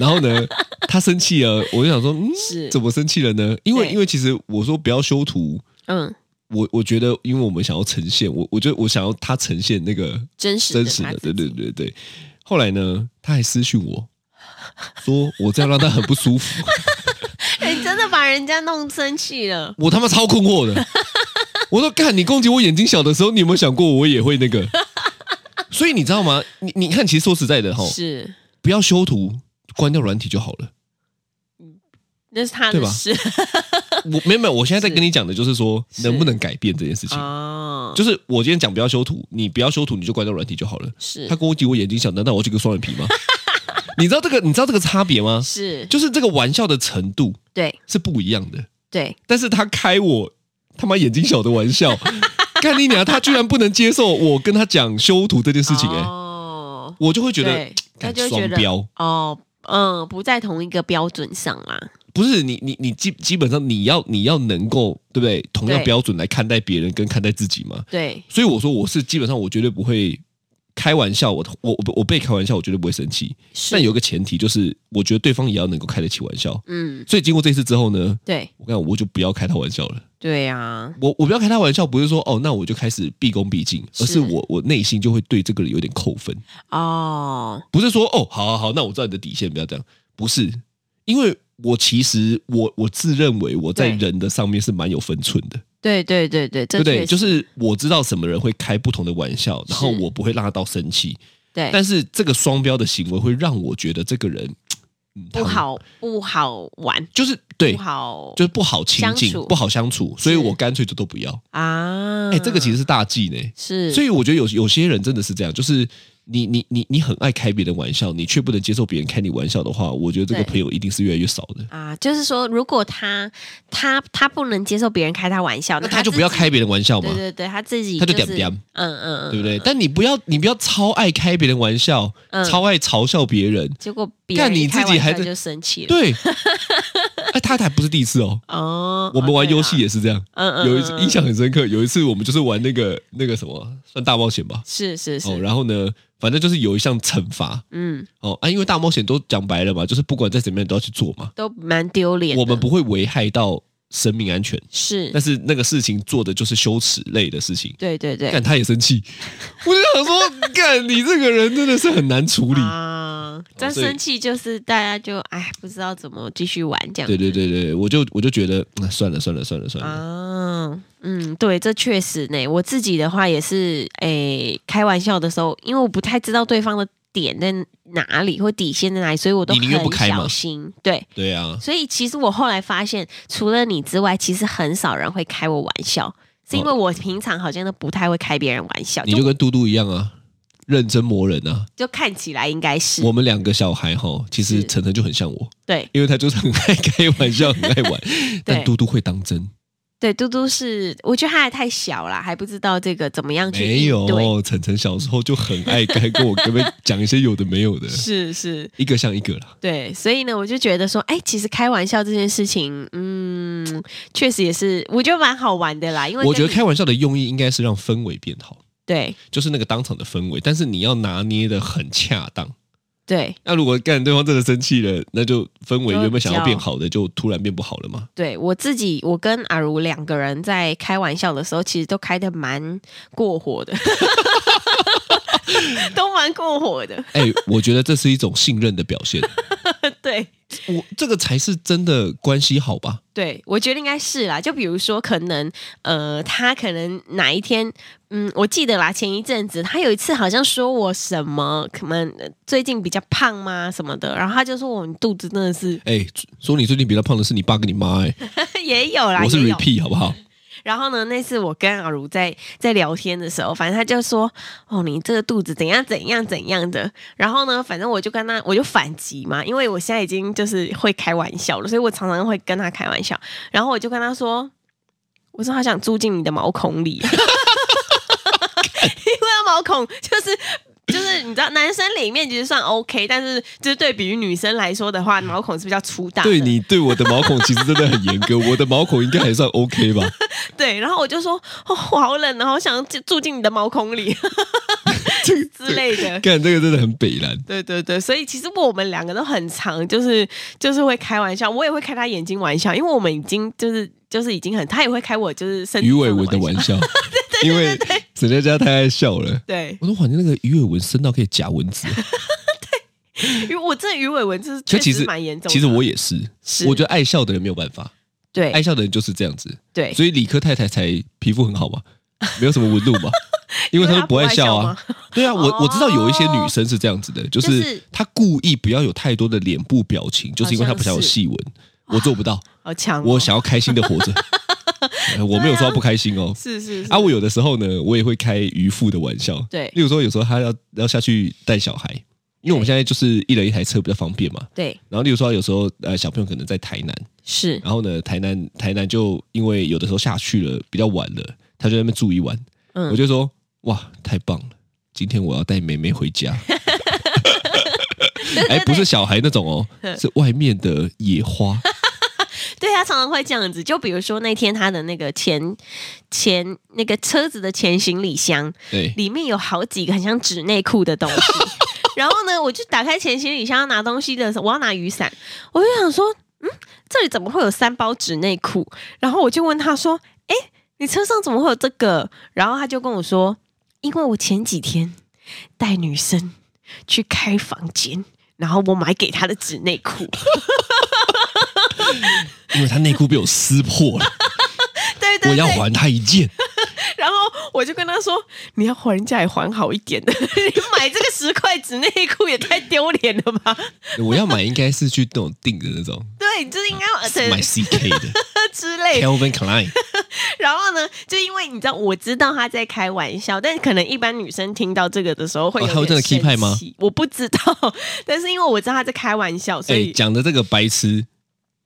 [SPEAKER 3] 然后呢，他生气了，我就想说，嗯，
[SPEAKER 2] 是
[SPEAKER 3] 怎么生气了呢？因为
[SPEAKER 2] 对
[SPEAKER 3] 因为其实我说不要修图，
[SPEAKER 2] 嗯，
[SPEAKER 3] 我我觉得，因为我们想要呈现，我我觉得我想要他呈现那个
[SPEAKER 2] 真实
[SPEAKER 3] 真实
[SPEAKER 2] 他
[SPEAKER 3] 的，
[SPEAKER 2] 自
[SPEAKER 3] 对对
[SPEAKER 2] 己
[SPEAKER 3] 对对。后来呢，他还私讯我说我这样让他很不舒服，
[SPEAKER 2] 哎，真的把人家弄生气了。
[SPEAKER 3] 我他妈超困惑的。我说干，你攻击我眼睛小的时候，你有没有想过我也会那个？ 所以你知道吗？你你看，其实说实在的哈，
[SPEAKER 2] 是，
[SPEAKER 3] 不要修图，关掉软体就好 了。
[SPEAKER 2] 那是他
[SPEAKER 3] 对
[SPEAKER 2] 的
[SPEAKER 3] 吧
[SPEAKER 2] 事
[SPEAKER 3] 我没有没有，我现在在
[SPEAKER 2] 是
[SPEAKER 3] 跟你讲的就是说，
[SPEAKER 2] 是
[SPEAKER 3] 能不能改变这件事情。
[SPEAKER 2] 哦，
[SPEAKER 3] 就是我今天讲不要修图，你不要修图，你就关掉软体就好了。
[SPEAKER 2] 是
[SPEAKER 3] 他攻击我眼睛小，难道我是个双眼皮 吗？你知道这个你知道这个差别吗？
[SPEAKER 2] 是，
[SPEAKER 3] 就是这个玩笑的程度
[SPEAKER 2] 对
[SPEAKER 3] 是不一样的，
[SPEAKER 2] 对，
[SPEAKER 3] 但是他开我他妈眼睛小的 玩笑，干你娘！他居然不能接受我跟他讲修图这件事情、欸，
[SPEAKER 2] 哦，
[SPEAKER 3] 我就会觉得
[SPEAKER 2] 对，他
[SPEAKER 3] 干
[SPEAKER 2] 就会
[SPEAKER 3] 双
[SPEAKER 2] 觉
[SPEAKER 3] 标
[SPEAKER 2] 得，哦，嗯，不在同一个标准上啦，
[SPEAKER 3] 不是你你你基基本上你要你要能够对不对？同样
[SPEAKER 2] 对
[SPEAKER 3] 标准来看待别人跟看待自己嘛。
[SPEAKER 2] 对，
[SPEAKER 3] 所以我说我是基本上我绝对不会开玩笑，我我我我被开玩笑我绝对不会生气，
[SPEAKER 2] 是
[SPEAKER 3] 但有一个前提就是我觉得对方也要能够开得起玩笑。
[SPEAKER 2] 嗯，
[SPEAKER 3] 所以经过这次之后呢，
[SPEAKER 2] 对
[SPEAKER 3] 我看我就不要开他玩笑了。
[SPEAKER 2] 对啊，
[SPEAKER 3] 我我不要开他玩笑，不是说哦，那我就开始毕恭毕敬，而是
[SPEAKER 2] 是
[SPEAKER 3] 我我内心就会对这个人有点扣分，
[SPEAKER 2] 哦，
[SPEAKER 3] 不是说哦，好好好，那我知道你的底线，不要这样，不是，因为我其实我我自认为我在
[SPEAKER 2] 对
[SPEAKER 3] 人的上面是蛮有分寸的，
[SPEAKER 2] 对对对对，
[SPEAKER 3] 对
[SPEAKER 2] 这
[SPEAKER 3] 不对？
[SPEAKER 2] 确
[SPEAKER 3] 就
[SPEAKER 2] 实
[SPEAKER 3] 是我知道什么人会开不同的玩笑，然后
[SPEAKER 2] 是
[SPEAKER 3] 我不会让他到生气，
[SPEAKER 2] 对，
[SPEAKER 3] 但是这个双标的行为会让我觉得这个人。嗯
[SPEAKER 2] 不，好不好玩，
[SPEAKER 3] 就是对
[SPEAKER 2] 不，好
[SPEAKER 3] 就是不好亲近
[SPEAKER 2] 相，处
[SPEAKER 3] 不好相处，所以我干脆就都不要。
[SPEAKER 2] 啊。
[SPEAKER 3] 哎、这个其实是大忌呢。
[SPEAKER 2] 是，
[SPEAKER 3] 所以我觉得有有些人真的是这样，就是你你你你很爱开别人玩笑，你却不能接受别人开你玩笑的话，我觉得这个
[SPEAKER 2] 对
[SPEAKER 3] 朋友一定是越来越少的。
[SPEAKER 2] 啊，就是说，如果他他他不能接受别人开他玩笑，
[SPEAKER 3] 那
[SPEAKER 2] 那
[SPEAKER 3] 他就不要
[SPEAKER 2] 自己
[SPEAKER 3] 开别人玩笑嘛
[SPEAKER 2] 对，对对，他自己
[SPEAKER 3] 他就
[SPEAKER 2] 点
[SPEAKER 3] 点点，
[SPEAKER 2] 嗯嗯嗯，
[SPEAKER 3] 对不对？但你不要你不要超爱开别人玩笑，
[SPEAKER 2] 嗯
[SPEAKER 3] 超爱嘲笑别 人，
[SPEAKER 2] 结果别人
[SPEAKER 3] 干你
[SPEAKER 2] 一开
[SPEAKER 3] 自己
[SPEAKER 2] 玩
[SPEAKER 3] 还
[SPEAKER 2] 笑
[SPEAKER 3] 在
[SPEAKER 2] 就生气了。
[SPEAKER 3] 对。哎，他还不是第一次哦，
[SPEAKER 2] 哦，
[SPEAKER 3] 我们
[SPEAKER 2] 哦
[SPEAKER 3] 玩
[SPEAKER 2] 对
[SPEAKER 3] 游
[SPEAKER 2] 啦
[SPEAKER 3] 戏也是这样。
[SPEAKER 2] 嗯嗯，
[SPEAKER 3] 有一次
[SPEAKER 2] 嗯
[SPEAKER 3] 印象很深刻，有一次我们就是玩那个那个什么，算大冒险吧。
[SPEAKER 2] 是是是，
[SPEAKER 3] 哦，然后呢，反正就是有一项惩罚
[SPEAKER 2] 嗯，
[SPEAKER 3] 哦啊，因为大冒险都讲白了嘛，就是不管再怎么样你都要去做嘛。
[SPEAKER 2] 都蛮丢脸的。
[SPEAKER 3] 我们不会危害到生命安全，
[SPEAKER 2] 是
[SPEAKER 3] 但，是那个事情做的就是羞耻类的事情。
[SPEAKER 2] 对对对，
[SPEAKER 3] 干他也生气， 我就想说，干你这个人真的是很难处理。
[SPEAKER 2] 啊，但
[SPEAKER 3] 哦所以
[SPEAKER 2] 生气就是大家就哎不知道怎么继续玩这样。
[SPEAKER 3] 对对对对，我就我就觉得，嗯算了算了算了算了，
[SPEAKER 2] 啊，嗯，对，这确实呢。我自己的话也是，诶，开玩笑的时候，因为我不太知道对方的点在哪里或底线在哪里，所以我都
[SPEAKER 3] 你宁愿不
[SPEAKER 2] 很
[SPEAKER 3] 开吗
[SPEAKER 2] 小心。对，
[SPEAKER 3] 对啊，
[SPEAKER 2] 所以其实我后来发现，除了你之外，其实很少人会开我玩笑，是因为我平常好像都不太会开别人玩笑，
[SPEAKER 3] 哦你
[SPEAKER 2] 啊就
[SPEAKER 3] 就跟嘟嘟一样啊，认真磨人啊。
[SPEAKER 2] 就看起来应该是
[SPEAKER 3] 我们两个小孩哈，其实
[SPEAKER 2] 是
[SPEAKER 3] 晨晨就很像我，
[SPEAKER 2] 对
[SPEAKER 3] 因为他就是很爱开玩笑，很爱玩，但嘟嘟会当真。
[SPEAKER 2] 对，嘟嘟是，我觉得他还太小啦，还不知道这个怎么样去
[SPEAKER 3] 没
[SPEAKER 2] 应对，嗯
[SPEAKER 3] 有，晨晨小时候就很爱开跟我哥们讲一些有的没 有的，
[SPEAKER 2] 是是。
[SPEAKER 3] 一个像一个啦。
[SPEAKER 2] 对，所以呢，我就觉得说，哎，其实开玩笑这件事情，嗯，确实也是，我觉得蛮好玩的啦。因为
[SPEAKER 3] 我觉得
[SPEAKER 2] 跟你
[SPEAKER 3] 开玩笑的用意应该是让氛围变好，
[SPEAKER 2] 对
[SPEAKER 3] 就是那个当场的氛围，但是你要拿捏的很恰当。
[SPEAKER 2] 对
[SPEAKER 3] 那如果干对方真的生气了，那就氛围
[SPEAKER 2] 就
[SPEAKER 3] 原本想
[SPEAKER 2] 比
[SPEAKER 3] 要
[SPEAKER 2] 较
[SPEAKER 3] 变好的，就突然变不好了嘛。
[SPEAKER 2] 对，我自己，我跟阿如两个人在开玩笑的时候，其实都开的蛮过火的， 都蛮过火的。
[SPEAKER 3] 哎、我觉得这是一种信任的表现，
[SPEAKER 2] 对
[SPEAKER 3] 我这个才是真的关系好吧？
[SPEAKER 2] 对，我觉得应该是啦。就比如说，可能呃，他可能哪一天，嗯，我记得啦，前一阵子他有一次好像说我什么，可能呃最近比较胖吗什么的，然后他就说我你肚子真的是
[SPEAKER 3] 哎、说你最近比较胖的是你爸跟你妈、哎，
[SPEAKER 2] 也有啦，
[SPEAKER 3] 我是
[SPEAKER 2] 啊也有。
[SPEAKER 3] repeat 好不好？
[SPEAKER 2] 然后呢，那次我跟阿如在在聊天的时候，反正他就说哦，你这个肚子怎样怎样怎样的。然后呢，反正我就跟他我就反击嘛，因为我现在已经就是会开玩笑了，所以我常常会跟他开玩笑。然后我就跟他说，我说好想住进你的毛孔里、 因为毛孔就是。就是你知道，男生里面其实算 OK，但是就是对比于女生来说的话，毛孔是比较粗大的。
[SPEAKER 3] 对你对我的毛孔其实真的很严格，我的毛孔应该还算 OK 吧？
[SPEAKER 2] 对，然后我就说，哦，我好冷啊，好想住住进你的毛孔 里之类 的。
[SPEAKER 3] 干这个真的很北蓝。
[SPEAKER 2] 对对对，所以其实我们两个都很常，就是就是会开玩笑，我也会开他眼睛玩笑，因为我们已经就是就是已经很，他也会开我就是身体
[SPEAKER 3] 鱼
[SPEAKER 2] 上
[SPEAKER 3] 尾纹的玩
[SPEAKER 2] 笑。
[SPEAKER 3] 笑，因为沈佳佳太爱笑了。
[SPEAKER 2] 对，
[SPEAKER 3] 我说哇，你那个鱼尾纹深到可以夹蚊 子，
[SPEAKER 2] 因为我这鱼尾纹就是
[SPEAKER 3] 就
[SPEAKER 2] 确
[SPEAKER 3] 其实
[SPEAKER 2] 实蛮严重的
[SPEAKER 3] 其实我也是，
[SPEAKER 2] 是
[SPEAKER 3] 我觉得爱笑的人没有办法，
[SPEAKER 2] 对
[SPEAKER 3] 爱笑的人就是这样子，
[SPEAKER 2] 对，
[SPEAKER 3] 所以理科太太才皮肤很 好嘛，没有什么纹路嘛，因为
[SPEAKER 2] 因为
[SPEAKER 3] 她们
[SPEAKER 2] 她
[SPEAKER 3] 不
[SPEAKER 2] 不
[SPEAKER 3] 爱
[SPEAKER 2] 爱
[SPEAKER 3] 笑
[SPEAKER 2] 笑
[SPEAKER 3] 啊
[SPEAKER 2] 吗。
[SPEAKER 3] 对啊，我
[SPEAKER 2] 哦
[SPEAKER 3] 我知道有一些女生是这样子的，就
[SPEAKER 2] 就是是
[SPEAKER 3] 她故意不要有太多的脸部表情，就是因为她
[SPEAKER 2] 好像
[SPEAKER 3] 不想有
[SPEAKER 2] 是
[SPEAKER 3] 细纹。我做不到，
[SPEAKER 2] 好强哦、
[SPEAKER 3] 我想要开心的活 着。呃我没有说
[SPEAKER 2] 啊
[SPEAKER 3] 她不开心哦，
[SPEAKER 2] 是是是
[SPEAKER 3] 啊，我有的时候呢，我也会开渔夫的玩笑，
[SPEAKER 2] 对
[SPEAKER 3] 例如说有时候他要要下去带小孩，因为我们现在就是一人一台车比较方便嘛。
[SPEAKER 2] 对
[SPEAKER 3] 然后，例如说有时候呃小朋友可能在台南，
[SPEAKER 2] 是
[SPEAKER 3] 然后呢台南台南就因为有的时候下去了比较晚了，他就在那边住一晚，
[SPEAKER 2] 嗯
[SPEAKER 3] 我就说哇太棒了，今天我要带妹妹回家。 哎，不是小孩那种哦，
[SPEAKER 2] 嗯
[SPEAKER 3] 是外面的野 花。
[SPEAKER 2] 对他常常会这样子，就比如说那天他的那个前前那个车子的前行李箱
[SPEAKER 3] 对，
[SPEAKER 2] 里面有好几个很像纸内裤的东西，然后呢，我就打开前行李箱要拿东西的时候，我要拿雨伞，我就想说，嗯，这里怎么会有三包纸内裤？然后我就问他说，哎，你车上怎么会有这个？然后他就跟我说，因为我前几天带女生去开房间。然后我买给她的纸内裤，
[SPEAKER 3] 因为她内裤被我撕破了，
[SPEAKER 2] 对对对，
[SPEAKER 3] 我要还她一件。
[SPEAKER 2] 然后我就跟他说，你要还人家也还好一点的， 你买这个十块纸内裤也太丢脸了吧？
[SPEAKER 3] 我要买应该是去那种定的那种，
[SPEAKER 2] 对，就是应该要
[SPEAKER 3] 买 CK 的
[SPEAKER 2] 之类的
[SPEAKER 3] Calvin Klein，
[SPEAKER 2] 然后呢，就因为你知道，我知道他在开玩笑，但可能一般女生听到这个的时候会有
[SPEAKER 3] 哦他会真的
[SPEAKER 2] 点
[SPEAKER 3] keep 派吗
[SPEAKER 2] 生气我不知道， 但是因为我知道他在开玩笑， 所
[SPEAKER 3] 哎、
[SPEAKER 2] 以、
[SPEAKER 3] 讲的这个白痴，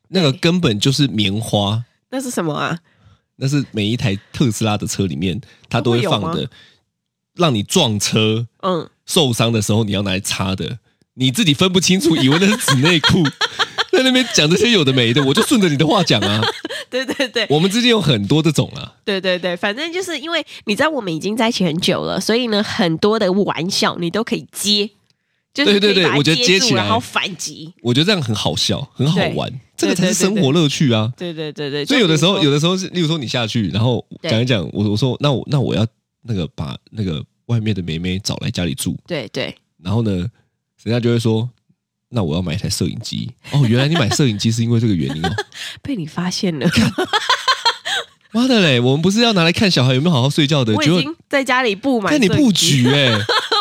[SPEAKER 3] 那个根本就是棉花，
[SPEAKER 2] 那是什么啊？
[SPEAKER 3] 那是每一台特斯拉的车里面它都会放
[SPEAKER 2] 会有
[SPEAKER 3] 的，让你撞车
[SPEAKER 2] 嗯，
[SPEAKER 3] 受伤的时候你要拿来擦的，你自己分不清楚，以为那是纸内裤， 在那边讲这些有的没的，我就顺着你的话讲啊，
[SPEAKER 2] 对对对，
[SPEAKER 3] 我们之间有很多这种啊，
[SPEAKER 2] 对对对，反正就是因为你知道我们已经在一起很久了，所以呢，很多的玩笑你都可以接，就是你
[SPEAKER 3] 对对
[SPEAKER 2] 可以
[SPEAKER 3] 对
[SPEAKER 2] 把它
[SPEAKER 3] 我觉得接
[SPEAKER 2] 住
[SPEAKER 3] 起来
[SPEAKER 2] 然后反击。
[SPEAKER 3] 我觉得这样很好笑，很好玩，这个才是
[SPEAKER 2] 对对
[SPEAKER 3] 生
[SPEAKER 2] 对
[SPEAKER 3] 活乐趣啊。
[SPEAKER 2] 对对对对，
[SPEAKER 3] 所以有的时候，有
[SPEAKER 2] 的
[SPEAKER 3] 的时候是，例如说你下去，然后
[SPEAKER 2] 对
[SPEAKER 3] 讲一讲，我我说那我那我要那个把那个外面的妹妹找来家里住，
[SPEAKER 2] 对对
[SPEAKER 3] 然后呢，人家就会说，那我要买一台摄影机。哦，原来你买摄影机是因为这 个原因哦。
[SPEAKER 2] 被你发现 了，
[SPEAKER 3] 妈的嘞，我们不是要拿来看小孩有没有好好睡觉的，
[SPEAKER 2] 我
[SPEAKER 3] 结
[SPEAKER 2] 已
[SPEAKER 3] 果
[SPEAKER 2] 经在家里布满
[SPEAKER 3] 看你
[SPEAKER 2] 摄
[SPEAKER 3] 布
[SPEAKER 2] 影机
[SPEAKER 3] 局哎、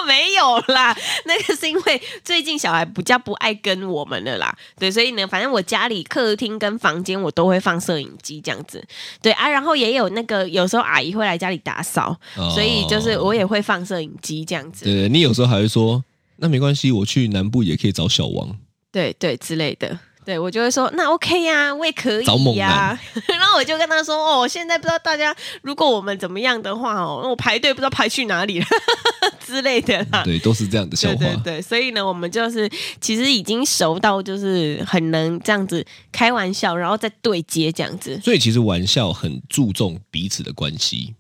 [SPEAKER 2] 没有啦， 那个是因为最近小孩比较不爱跟我们了啦，对，所以呢，反正我家里客厅跟房间我都会放摄影机这样子，对啊，然后也有那个有时候阿姨会来家里打扫，
[SPEAKER 3] 哦
[SPEAKER 2] 所以就是我也会放摄影机这样子，
[SPEAKER 3] 对，你有时候还会说，那没关系，我去南部也可以找小王。
[SPEAKER 2] 对对之类的。对，我就会说那 OK 呀、我也可以
[SPEAKER 3] 找啊猛
[SPEAKER 2] 呀、
[SPEAKER 3] 男
[SPEAKER 2] 然后我就跟他说哦，现在不知道大家如果我们怎么样的话哦，那我排队不知道排去哪里了 之类的啦。
[SPEAKER 3] 对，都是这样的笑话。
[SPEAKER 2] 啊对对对，所以呢，我们就是其实已经熟到就是很能这样子开玩笑，然后再对接这样子。
[SPEAKER 3] 所以其实玩笑很注重彼此的关系，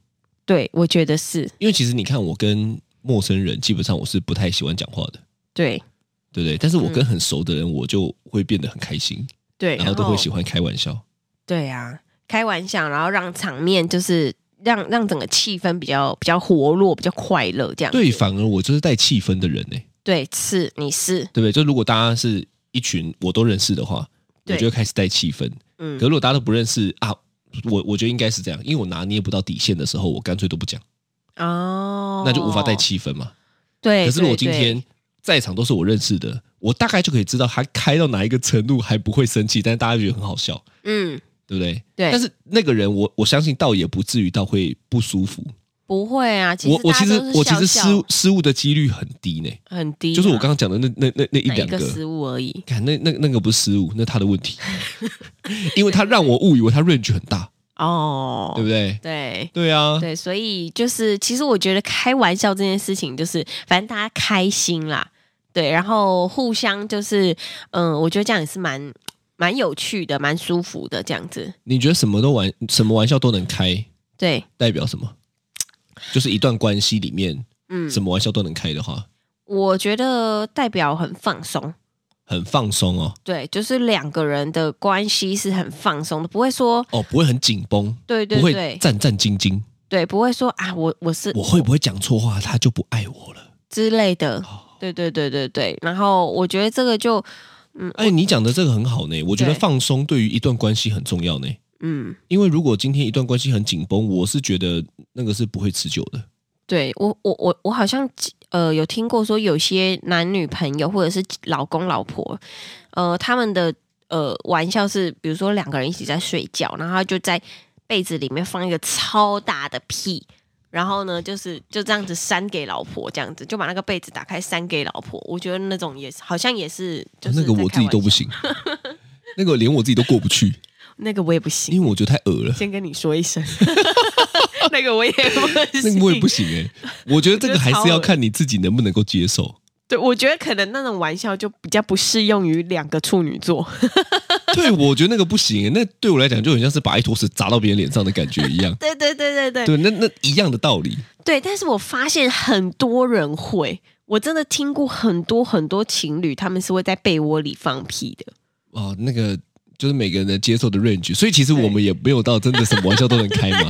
[SPEAKER 2] 对，我觉得是
[SPEAKER 3] 因为其实你看，我跟陌生人基本上我是不太喜欢讲话的，
[SPEAKER 2] 对
[SPEAKER 3] 对不对？但是我
[SPEAKER 2] 嗯
[SPEAKER 3] 跟很熟的人，我就会变得很开心，
[SPEAKER 2] 对，
[SPEAKER 3] 然后都会喜欢开玩笑。
[SPEAKER 2] 对啊，开玩笑，然后让场面就是让让整个气氛比较比较活络，比较快乐这样。
[SPEAKER 3] 对，反而我就是带气氛的人呢、
[SPEAKER 2] 对，是你是
[SPEAKER 3] 对不对？就如果大家是一群我都认识的话，我
[SPEAKER 2] 对
[SPEAKER 3] 就会开始带气氛。
[SPEAKER 2] 嗯
[SPEAKER 3] 可，如果大家都不认识啊，我我觉得应该是这样，因为我拿捏不到底线的时候，我干脆都不讲，
[SPEAKER 2] 哦，
[SPEAKER 3] 那就无法带。气氛嘛。
[SPEAKER 2] 对，
[SPEAKER 3] 可是如果今
[SPEAKER 2] 对对
[SPEAKER 3] 天在场都是我认识的，我大概就可以知道他开到哪一个程度还不会生气，但是大家觉得很好笑，
[SPEAKER 2] 嗯，
[SPEAKER 3] 对不对？
[SPEAKER 2] 对
[SPEAKER 3] 但是那个人我，我相信倒也不至于到会不舒服。
[SPEAKER 2] 不会啊，其实
[SPEAKER 3] 我我
[SPEAKER 2] 大
[SPEAKER 3] 其
[SPEAKER 2] 家
[SPEAKER 3] 实
[SPEAKER 2] 都是
[SPEAKER 3] 我其实
[SPEAKER 2] 笑
[SPEAKER 3] 失
[SPEAKER 2] 笑
[SPEAKER 3] 误失误的几率很低呢，
[SPEAKER 2] 很低啊，
[SPEAKER 3] 就是我刚刚讲的那那那那一
[SPEAKER 2] 哪
[SPEAKER 3] 两
[SPEAKER 2] 个失误而已。
[SPEAKER 3] 看那那那个不是失误，那他的 问题，因为他让我误以为他 range 很大，
[SPEAKER 2] 哦，
[SPEAKER 3] 对不对？
[SPEAKER 2] 对
[SPEAKER 3] 对啊，
[SPEAKER 2] 对，所以就是，其实我觉得开玩笑这件事情，就是反正大家开心啦，对，然后互相就是，嗯，我觉得这样也是蛮蛮有趣的，蛮舒服的这样子，
[SPEAKER 3] 你觉得什么都玩，什么玩笑都能开，
[SPEAKER 2] 对，
[SPEAKER 3] 代表什么？就是一段关系里面，
[SPEAKER 2] 嗯，
[SPEAKER 3] 什么玩笑都能开的话，
[SPEAKER 2] 我觉得代表很放松，
[SPEAKER 3] 很放松哦，
[SPEAKER 2] 对，就是两个人的关系是很放松的，不会说，
[SPEAKER 3] 哦，不会很紧绷，
[SPEAKER 2] 对对
[SPEAKER 3] 不
[SPEAKER 2] 对
[SPEAKER 3] 会战战兢兢，
[SPEAKER 2] 对，不会说啊，我我是
[SPEAKER 3] 我会不会讲错话，他就不爱我了？
[SPEAKER 2] 之类的，
[SPEAKER 3] 哦
[SPEAKER 2] 对对对对对，然后我觉得这个就，嗯，
[SPEAKER 3] 哎，你讲的这个很好呢，我觉得
[SPEAKER 2] 对
[SPEAKER 3] 放松对于一段关系很重要呢，
[SPEAKER 2] 嗯。
[SPEAKER 3] 因为如果今天一段关系很紧绷，我是觉得那个是不会持久的。
[SPEAKER 2] 对我，我我我好像呃有听过说，有些男女朋友或者是老公老婆，呃，他们的呃玩笑是，比如说两个人一起在睡觉，然后他就在被子里面放一个超大的屁，然后呢，就是就这样子扇给老婆，这样子就把那个被子打开扇给老婆。我觉得那种也是，好像也是，就是
[SPEAKER 3] 哦那个
[SPEAKER 2] 在
[SPEAKER 3] 我
[SPEAKER 2] 开
[SPEAKER 3] 自己
[SPEAKER 2] 玩
[SPEAKER 3] 都不
[SPEAKER 2] 笑，
[SPEAKER 3] 行， 那个连我自己都过不去，
[SPEAKER 2] 那个我也不行，
[SPEAKER 3] 因为我觉得太 恶了，
[SPEAKER 2] 先跟你说一声，那个我也不行，
[SPEAKER 3] 那个我也不行哎、我觉得这个还是要看你自己能不能够接受。
[SPEAKER 2] 对，我觉得可能那种玩笑就比较不适用于两个处女座。。
[SPEAKER 3] 对，我觉得那个不行欸、那对我来讲就很像是把一坨屎砸到别人脸上的感觉一样
[SPEAKER 2] 对对对 对对
[SPEAKER 3] 对，那那一样的道理。
[SPEAKER 2] 对，但是我发现很多人会，我真的听过很多很多情侣，他们是会在被窝里放屁的。
[SPEAKER 3] 哦，那个就是每个人的接受的 range，所以其实我们也没有到真的什么玩笑都能开嘛。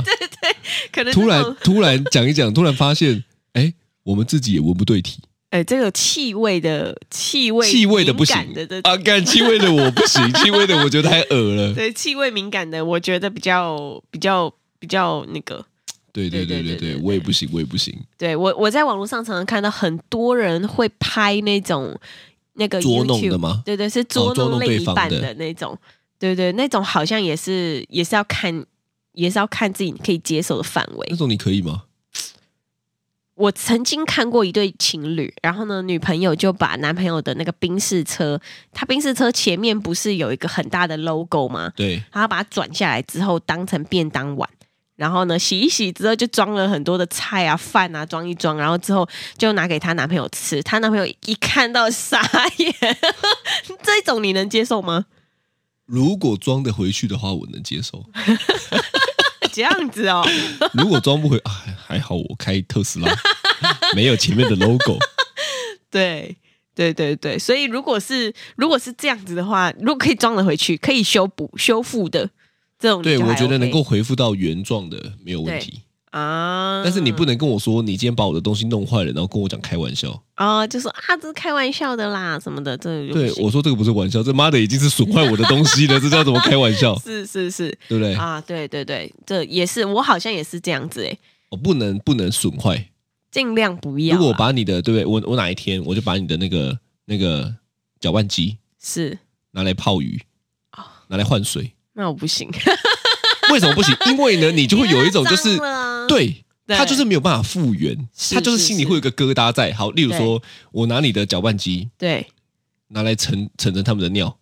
[SPEAKER 2] 可能
[SPEAKER 3] 突
[SPEAKER 2] 这
[SPEAKER 3] 然
[SPEAKER 2] 种
[SPEAKER 3] 突然讲一讲，突然发现，哎，我们自己也闻不对体，
[SPEAKER 2] 哎，这个气味的气味
[SPEAKER 3] 气味的不行
[SPEAKER 2] 敏感的这
[SPEAKER 3] 啊，干气味的我不 行，气味的我觉得太恶了。
[SPEAKER 2] 对气味敏感的，我觉得比较比较比较那个
[SPEAKER 3] 对对
[SPEAKER 2] 对
[SPEAKER 3] 对对
[SPEAKER 2] 对对
[SPEAKER 3] 对，
[SPEAKER 2] 对
[SPEAKER 3] 我也不行，我也不行，
[SPEAKER 2] 对我我在网络上常常看到很多人会拍那种那个
[SPEAKER 3] 捉弄
[SPEAKER 2] YouTube
[SPEAKER 3] 的吗
[SPEAKER 2] 对对，是捉
[SPEAKER 3] 哦捉弄
[SPEAKER 2] 另
[SPEAKER 3] 对
[SPEAKER 2] 一
[SPEAKER 3] 方
[SPEAKER 2] 半
[SPEAKER 3] 的
[SPEAKER 2] 的那种，对对，那种好像也是也是要看，也是要看自己可以接受的范围
[SPEAKER 3] 那。种你可以吗？
[SPEAKER 2] 我曾经看过一对情侣，然后呢，女朋友就把男朋友的那个宾士车，他宾士车前面不是有一个很大的 logo 吗？
[SPEAKER 3] 对，
[SPEAKER 2] 然后把它转下来之后当成便当碗，然后呢洗一洗之后就装了很多的菜啊、饭啊，装一装，然后之后就拿给她男朋友吃。她男朋友一看到傻眼， 这种你能接受吗？
[SPEAKER 3] 如果装得回去的话，我能接 受；
[SPEAKER 2] 这样子哦，
[SPEAKER 3] 如果装不回，哎，还好我开特斯 拉，没有前面的 logo。
[SPEAKER 2] 对。对对对，所以如果是如果是这样子的话，如果可以装得回去，可以修补修复的这种你
[SPEAKER 3] 对，
[SPEAKER 2] 就还
[SPEAKER 3] 我觉得
[SPEAKER 2] OK
[SPEAKER 3] 能够恢复到原状的没有问题，
[SPEAKER 2] 啊，
[SPEAKER 3] 但是你不能跟我
[SPEAKER 2] 嗯
[SPEAKER 3] 说你今天把我的东西弄坏了，然后跟我讲开玩笑。
[SPEAKER 2] 啊，就说啊，这是开玩笑的啦，什么的，这就不
[SPEAKER 3] 对，
[SPEAKER 2] 行
[SPEAKER 3] 我说这个不是玩笑，这妈的已经是损坏我的东西了，这叫怎么开玩笑？
[SPEAKER 2] 是是是
[SPEAKER 3] 对不对？
[SPEAKER 2] 啊，对对对，这也是我好像也是这样子哎、
[SPEAKER 3] 我哦不能不能损坏。
[SPEAKER 2] 尽量不要啦。啊
[SPEAKER 3] 如果我把你的，对不对？我我哪一天我就把你的那个那个搅拌机
[SPEAKER 2] 是，
[SPEAKER 3] 拿来泡鱼，
[SPEAKER 2] 啊
[SPEAKER 3] 拿来换水，
[SPEAKER 2] 那我不行，
[SPEAKER 3] 为什 么不行？因为呢，你就会有一种就是
[SPEAKER 2] 因为它脏了啊
[SPEAKER 3] 对。
[SPEAKER 2] 对
[SPEAKER 3] 他就是没有办法复原，
[SPEAKER 2] 是
[SPEAKER 3] 他就是
[SPEAKER 2] 是
[SPEAKER 3] 心里会有一个疙瘩在。好，例如说，我拿你的搅拌机
[SPEAKER 2] 对，
[SPEAKER 3] 拿来盛盛着他们的尿，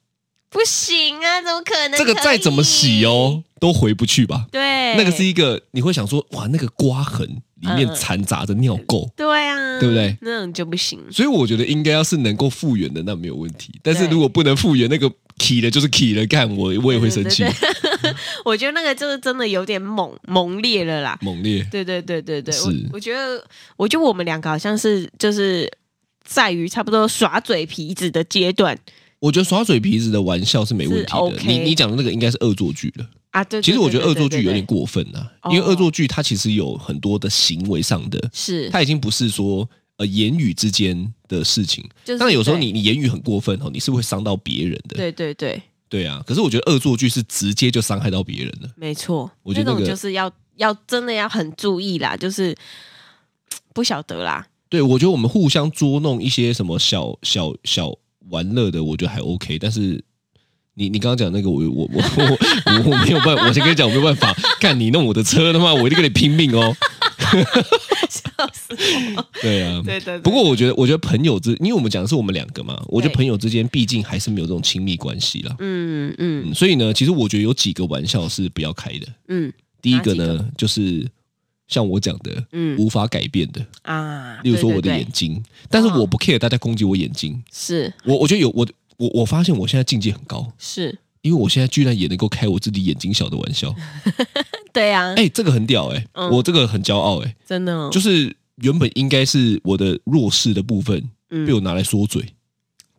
[SPEAKER 2] 不行啊，怎么可能？
[SPEAKER 3] 这个再怎么洗，哦，都回不去吧？
[SPEAKER 2] 对，
[SPEAKER 3] 那个是一个你会想说，哇，那个刮痕里面
[SPEAKER 2] 嗯嗯
[SPEAKER 3] 掺杂着尿垢，
[SPEAKER 2] 对啊，
[SPEAKER 3] 对不对？
[SPEAKER 2] 那种就不行，
[SPEAKER 3] 所以我觉得应该要是能够复原的，那没有问题。但是如果不能复原，那个 key 的就是 key 了，干我我也会生气
[SPEAKER 2] 对，对对我觉得那个就是真的有点猛猛烈了啦。
[SPEAKER 3] 猛烈。
[SPEAKER 2] 对对对对对，我
[SPEAKER 3] 是
[SPEAKER 2] 我觉得，我觉得我们两个好像是就是在于差不多耍嘴皮子的阶段
[SPEAKER 3] 我觉得耍嘴皮子的玩笑是没问题
[SPEAKER 2] 是
[SPEAKER 3] 的。
[SPEAKER 2] OK
[SPEAKER 3] 你你讲的那个应该是恶作剧了。
[SPEAKER 2] 啊。对，对
[SPEAKER 3] 其实我觉得恶作剧有
[SPEAKER 2] 对
[SPEAKER 3] 点。
[SPEAKER 2] 对对对
[SPEAKER 3] 过分啊，
[SPEAKER 2] 哦
[SPEAKER 3] 因为恶作剧它其实有很多的行为上的，
[SPEAKER 2] 是，
[SPEAKER 3] 它已经不是说呃言语之间的事情。
[SPEAKER 2] 就是
[SPEAKER 3] 当然有时候
[SPEAKER 2] 对
[SPEAKER 3] 你你言语很过分哦，你是会伤到别人的。
[SPEAKER 2] 对对对，
[SPEAKER 3] 对啊，可是我觉得恶作剧是直接就伤害到别人了。
[SPEAKER 2] 没错，
[SPEAKER 3] 我觉得那
[SPEAKER 2] 种
[SPEAKER 3] 个
[SPEAKER 2] 就是要要真的要很注意啦，就是不晓得啦，
[SPEAKER 3] 对，我觉得我们互相捉弄一些什么小小小玩乐的，我觉得还 OK。但是你你刚刚讲那个，我我我我我我没有办法，我先跟你讲，我没有办法。干你弄我的车他妈，我一定跟你拼命哦。
[SPEAKER 2] 笑死我！
[SPEAKER 3] 对啊，
[SPEAKER 2] 对对对，
[SPEAKER 3] 不过我觉得，我觉得朋友之，因为我们讲的是我们两个嘛，我觉得
[SPEAKER 2] 对
[SPEAKER 3] 朋友之间毕竟还是没有这种亲密关系啦。
[SPEAKER 2] 嗯嗯
[SPEAKER 3] 嗯，所以呢，其实我觉得有几个玩笑是不要开的。
[SPEAKER 2] 嗯
[SPEAKER 3] 第一个
[SPEAKER 2] 哪
[SPEAKER 3] 呢，就是像我讲的，
[SPEAKER 2] 嗯
[SPEAKER 3] 无法改变的，
[SPEAKER 2] 啊，
[SPEAKER 3] 例如说我的
[SPEAKER 2] 对对对嗯
[SPEAKER 3] 眼睛，但是我不 care 大家攻击我眼睛。
[SPEAKER 2] 是
[SPEAKER 3] 我我觉得有我我我发现我现在境界很高，
[SPEAKER 2] 是，
[SPEAKER 3] 因为我现在居然也能够开我自己眼睛小的玩 笑，
[SPEAKER 2] 对啊，
[SPEAKER 3] 哎、这个很屌哎、
[SPEAKER 2] 嗯
[SPEAKER 3] 我这个很骄傲哎、
[SPEAKER 2] 真的哦
[SPEAKER 3] 就是原本应该是我的弱势的部分
[SPEAKER 2] 嗯
[SPEAKER 3] 被我拿来说嘴，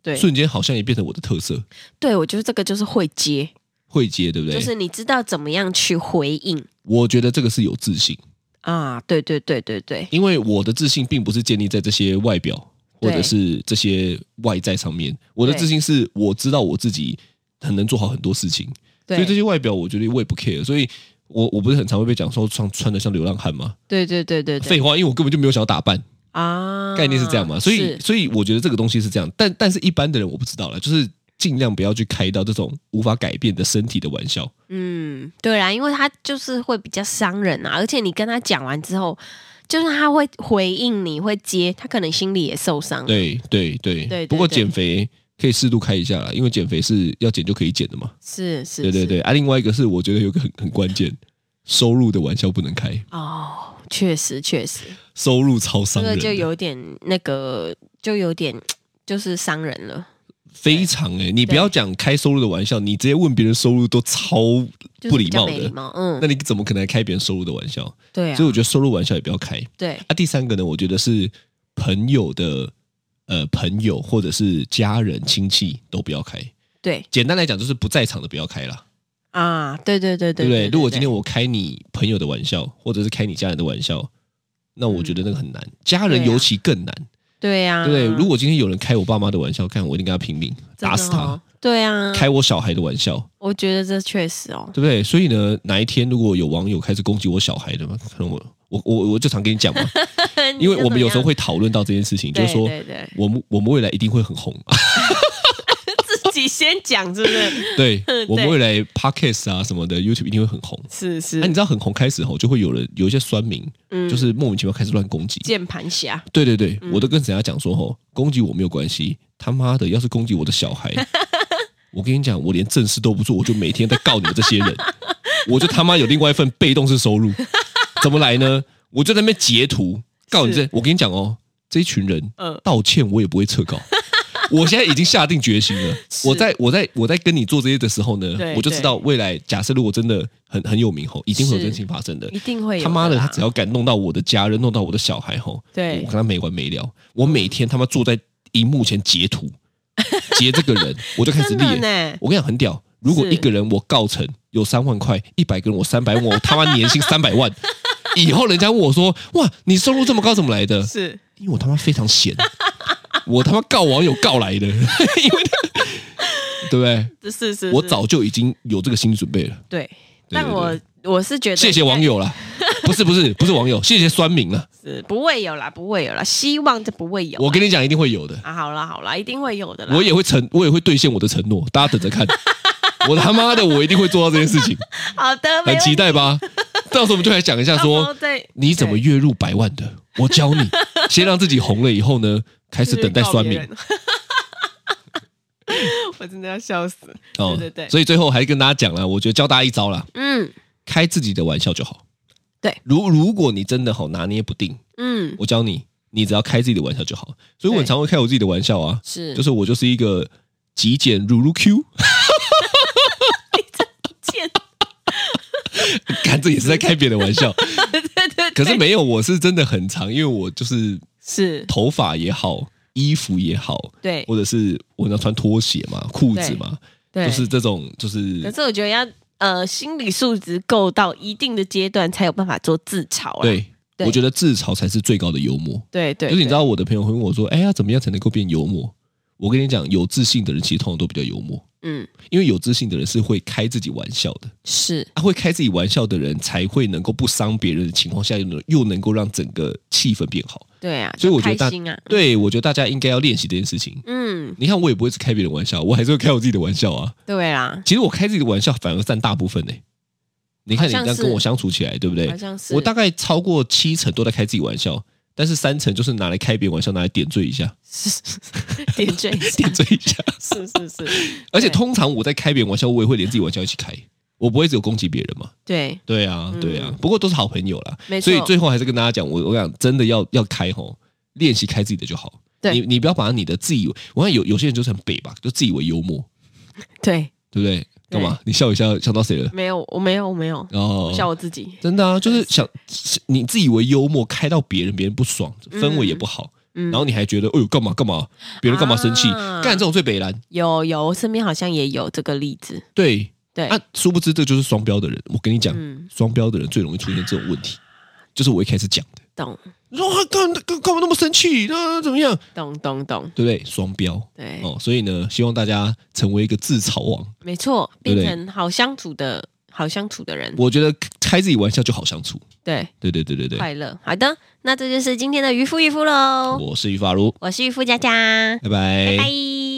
[SPEAKER 2] 对
[SPEAKER 3] 瞬间好像也变成我的特色，
[SPEAKER 2] 对，我觉得这个就是会接，
[SPEAKER 3] 会接对不对？
[SPEAKER 2] 就是你知道怎么样去回应
[SPEAKER 3] 我觉得这个是有自信，
[SPEAKER 2] 啊，对对对对对，
[SPEAKER 3] 因为我的自信并不是建立在这些外表或
[SPEAKER 2] 对
[SPEAKER 3] 者是这些外在上面，我的
[SPEAKER 2] 对
[SPEAKER 3] 自信是我知道我自己很能做好很多事情，
[SPEAKER 2] 对
[SPEAKER 3] 所以这些外表我觉得我也不 care，所以我我不是很常会被讲说穿穿的像流浪汉吗？
[SPEAKER 2] 对对对对对
[SPEAKER 3] 废话，因为我根本就没有想要打扮，
[SPEAKER 2] 啊，
[SPEAKER 3] 概念是这样嘛，所以
[SPEAKER 2] 是
[SPEAKER 3] 所以我觉得这个东西是这样，但但是一般的人我不知道了，就是尽量不要去开到这种无法改变的身体的玩笑，
[SPEAKER 2] 嗯，对啦，因为他就是会比较伤人啊，而且你跟他讲完之后，就是他会回应你，会接，他可能心里也受伤。
[SPEAKER 3] 对对对
[SPEAKER 2] 嗯对
[SPEAKER 3] 不过
[SPEAKER 2] 对
[SPEAKER 3] 减肥可以适度开一下啦，因为减肥是要减就可以减的嘛，
[SPEAKER 2] 是是，
[SPEAKER 3] 对对
[SPEAKER 2] 是
[SPEAKER 3] 对，啊，另外一个是我觉得有一个很很关键，收入的玩笑不能开，
[SPEAKER 2] 哦，确实确实，
[SPEAKER 3] 收入超
[SPEAKER 2] 这
[SPEAKER 3] 伤
[SPEAKER 2] 个
[SPEAKER 3] 人
[SPEAKER 2] 就
[SPEAKER 3] 的，
[SPEAKER 2] 有点那个，就有点就是伤人了，
[SPEAKER 3] 非常哎、你不要讲开收入的玩笑，你直接问别人收入都超
[SPEAKER 2] 就是
[SPEAKER 3] 不
[SPEAKER 2] 比
[SPEAKER 3] 礼
[SPEAKER 2] 较
[SPEAKER 3] 貌
[SPEAKER 2] 没
[SPEAKER 3] 的
[SPEAKER 2] 礼。貌。嗯，
[SPEAKER 3] 那你怎么可能还开别人收入的玩笑？
[SPEAKER 2] 对啊
[SPEAKER 3] 所以，我觉得收入玩笑也不要开。
[SPEAKER 2] 对，
[SPEAKER 3] 啊，第三个呢，我觉得是朋友的呃朋友或者是家人亲戚都不要开。
[SPEAKER 2] 对
[SPEAKER 3] 简单来讲，就是不在场的不要开啦，
[SPEAKER 2] 啊，对对对
[SPEAKER 3] 对
[SPEAKER 2] 对
[SPEAKER 3] 不
[SPEAKER 2] 对
[SPEAKER 3] 对？如果今天
[SPEAKER 2] 我
[SPEAKER 3] 我开你朋友的玩笑，或者是开你家人的玩笑，那我觉得那个很难，家人
[SPEAKER 2] 对啊嗯
[SPEAKER 3] 尤其更难，
[SPEAKER 2] 对啊呀，
[SPEAKER 3] 对不对？如果今天有人开我爸妈的玩笑，看我一定跟他拼命，
[SPEAKER 2] 真的
[SPEAKER 3] 打死
[SPEAKER 2] 哦
[SPEAKER 3] 他；，
[SPEAKER 2] 对啊，
[SPEAKER 3] 开我小孩的玩笑，
[SPEAKER 2] 我觉得这确实哦，
[SPEAKER 3] 对不对？所以呢，哪一天如果有网友开始攻击我小孩的嘛，可能我我我我就常跟 你讲嘛， 因为我们有时候会讨论到这件事情，
[SPEAKER 2] 你
[SPEAKER 3] 就
[SPEAKER 2] 就怎么样，
[SPEAKER 3] 是说
[SPEAKER 2] 对对 对
[SPEAKER 3] 我们我们未来一定会很红，
[SPEAKER 2] 自己先讲，是不是？
[SPEAKER 3] 对
[SPEAKER 2] 嗯
[SPEAKER 3] 我们
[SPEAKER 2] 对
[SPEAKER 3] 未来 podcast 啊什么的 YouTube 一定会很红。
[SPEAKER 2] 是是，
[SPEAKER 3] 那、你知道很红开始后，就会有人有一些酸民，
[SPEAKER 2] 嗯
[SPEAKER 3] 就是莫名其妙开始乱攻击。
[SPEAKER 2] 键盘侠，
[SPEAKER 3] 对对对，
[SPEAKER 2] 嗯
[SPEAKER 3] 我都跟人家讲说吼，攻击我没有关系，他妈的，要是攻击我的 小孩，我跟你讲，我连正事都不做，我就每天在告你们这些 人，我就他妈有另外一份被动式收入，怎么来呢？我就在那边截图告你这，我跟你讲哦，这一群人
[SPEAKER 2] 嗯
[SPEAKER 3] 道歉我也不会撤 稿。我现在已经下定决心了。
[SPEAKER 2] 是
[SPEAKER 3] 我在我在我在跟你做这些的时候呢
[SPEAKER 2] 对，
[SPEAKER 3] 我就知道未来假设如果真的很很有名吼，一定会有
[SPEAKER 2] 是
[SPEAKER 3] 这件事情发生的。
[SPEAKER 2] 一定会有
[SPEAKER 3] 他妈的，
[SPEAKER 2] 的啦，
[SPEAKER 3] 他只要敢弄到我的家人，弄到我的小孩吼，
[SPEAKER 2] 对
[SPEAKER 3] 我跟他没完没了。我每天他妈坐在荧幕前截 图，截这个人，我就开始
[SPEAKER 2] 真的
[SPEAKER 3] 列。
[SPEAKER 2] 呢，
[SPEAKER 3] 我跟你讲很屌，如果
[SPEAKER 2] 是
[SPEAKER 3] 一个人我告成有三万块，一百个人我三百万，我他妈年薪三 百万。以后人家问我说：“哇，你收入这么高怎么来的？”
[SPEAKER 2] 是
[SPEAKER 3] 因为我他妈非 常闲，我他妈告网友告来的， 因为他对不对？
[SPEAKER 2] 是是是，
[SPEAKER 3] 我早就已经有这个心理准备了。
[SPEAKER 2] 对，
[SPEAKER 3] 对
[SPEAKER 2] 但我我是觉得
[SPEAKER 3] 谢谢网友啦，不是不是不是网友，谢谢酸民啦。
[SPEAKER 2] 是不会有啦，不会有啦，希望这不会有啊
[SPEAKER 3] 我跟你讲，一定会有的，
[SPEAKER 2] 啊，好啦好啦，一定会有的啦
[SPEAKER 3] 我。也会承，我也会兑现我的承诺，大家等 着看。我他妈的，我一定会做到这件事情，
[SPEAKER 2] 好的， 没
[SPEAKER 3] 很
[SPEAKER 2] 问
[SPEAKER 3] 期
[SPEAKER 2] 题。
[SPEAKER 3] 待吧？到时候我们就来讲一 下
[SPEAKER 2] 到时候
[SPEAKER 3] 说，
[SPEAKER 2] 再
[SPEAKER 3] 你怎么
[SPEAKER 2] 对
[SPEAKER 3] 月入百万的？我 教你，先让自己红了以后呢，开始等待酸民
[SPEAKER 2] 就是告别人？ 我真的要笑死。
[SPEAKER 3] 哦。
[SPEAKER 2] 对对对
[SPEAKER 3] 所以最后还是跟大家讲了，我觉得教大家一招啦，
[SPEAKER 2] 嗯
[SPEAKER 3] 开自己的玩笑就好。
[SPEAKER 2] 对，
[SPEAKER 3] 如如果你真的好拿捏不定，
[SPEAKER 2] 嗯，
[SPEAKER 3] 我教你，你只要开自己的玩笑就好。所以我很
[SPEAKER 2] 对
[SPEAKER 3] 常会开我自己的玩笑啊，
[SPEAKER 2] 是
[SPEAKER 3] 就是我就是一个极简如如 Q，
[SPEAKER 2] 贱，
[SPEAKER 3] 看这也是在开别人的 玩笑，
[SPEAKER 2] 对对对，
[SPEAKER 3] 可是没有，我是真的很长，因为我就是
[SPEAKER 2] 是
[SPEAKER 3] 头发也好，衣服也好，
[SPEAKER 2] 对
[SPEAKER 3] 或者是我要穿拖鞋嘛、裤子嘛，
[SPEAKER 2] 对，
[SPEAKER 3] 就是这种，就是
[SPEAKER 2] 可是我觉得要呃心理素质够到一定的阶段，才有办法做自嘲啊。
[SPEAKER 3] 对。
[SPEAKER 2] 对
[SPEAKER 3] 我觉得自嘲才是最高的幽默，
[SPEAKER 2] 对对，
[SPEAKER 3] 就是你知
[SPEAKER 2] 道
[SPEAKER 3] 道我的朋友会问我说：“哎呀，怎么样才能够变幽默？”我跟你讲，有自信的人其实通常都比较幽默，
[SPEAKER 2] 嗯
[SPEAKER 3] 因为有自信的人是会开自己玩笑的，
[SPEAKER 2] 是
[SPEAKER 3] 啊，会开自己玩笑的人才会能够不伤别人的情况下，又能又能够让整个气氛变好。
[SPEAKER 2] 对啊，
[SPEAKER 3] 所以我
[SPEAKER 2] 就
[SPEAKER 3] 觉得大
[SPEAKER 2] 开心啊，
[SPEAKER 3] 对我觉得大家应该要练习这件事情。
[SPEAKER 2] 嗯
[SPEAKER 3] 你看，我也不会只开别人玩笑，我还是会开我自己的玩笑啊。
[SPEAKER 2] 对啦，
[SPEAKER 3] 其实我开自己的玩笑反而占大部分呢、你看你
[SPEAKER 2] 好
[SPEAKER 3] 这
[SPEAKER 2] 像
[SPEAKER 3] 样
[SPEAKER 2] 是
[SPEAKER 3] 跟我相处起来，对不对
[SPEAKER 2] 好？像是
[SPEAKER 3] 我大 概超过七成都在开自己玩笑，但是三成就是拿来开别人玩笑，拿来点缀一下，
[SPEAKER 2] 是是是 点缀一下
[SPEAKER 3] 点，缀 一下。
[SPEAKER 2] 是是是，
[SPEAKER 3] 而且通常我在开别人玩笑，我也会连自己玩笑一起开，我不会只有攻击别人嘛。
[SPEAKER 2] 对
[SPEAKER 3] 对啊
[SPEAKER 2] 嗯，
[SPEAKER 3] 对啊，不过都是好朋友啦
[SPEAKER 2] 没，错
[SPEAKER 3] 所以最后还是跟大家讲，我我讲真的要要开吼，练习开自己的就好。
[SPEAKER 2] 对
[SPEAKER 3] 你你不要把你的自以为，我看有有些人就是很北吧，就自以为幽默，
[SPEAKER 2] 对，
[SPEAKER 3] 对不对？干嘛？你笑一笑，笑到谁了？
[SPEAKER 2] 没有我没有我没有，
[SPEAKER 3] 哦，
[SPEAKER 2] 笑我自己，
[SPEAKER 3] 真的啊，就是想你自以为幽默，开到别人，别人不爽，氛围也不好，
[SPEAKER 2] 嗯
[SPEAKER 3] 然后你还觉得，哎呦，干嘛干嘛，别人干嘛生气？
[SPEAKER 2] 啊
[SPEAKER 3] 干这种最北蓝，
[SPEAKER 2] 有有，我身边好像也有这个例子，
[SPEAKER 3] 对
[SPEAKER 2] 对，
[SPEAKER 3] 啊，殊不知这就是双标的人。我跟你讲，
[SPEAKER 2] 嗯
[SPEAKER 3] 双标的人最容易出现这种问题，就是我一开始讲的。
[SPEAKER 2] 懂
[SPEAKER 3] 你说啊干干干嘛那么生气？那、怎么样？
[SPEAKER 2] 懂懂懂，
[SPEAKER 3] 对不对？双标
[SPEAKER 2] 对，
[SPEAKER 3] 哦，所以呢，希望大家成为一个自嘲王。
[SPEAKER 2] 没错，
[SPEAKER 3] 对
[SPEAKER 2] 变
[SPEAKER 3] 不对
[SPEAKER 2] 成好相处的好相处的人，
[SPEAKER 3] 我觉得开自己玩笑就好相处。
[SPEAKER 2] 对，
[SPEAKER 3] 对对对对对，
[SPEAKER 2] 快乐。好的，
[SPEAKER 3] 哦
[SPEAKER 2] 那这就是今天的渔夫渔夫喽，
[SPEAKER 3] 我是于发如，哎
[SPEAKER 2] 我是渔夫佳佳，
[SPEAKER 3] 拜
[SPEAKER 2] 拜
[SPEAKER 3] 拜
[SPEAKER 2] 拜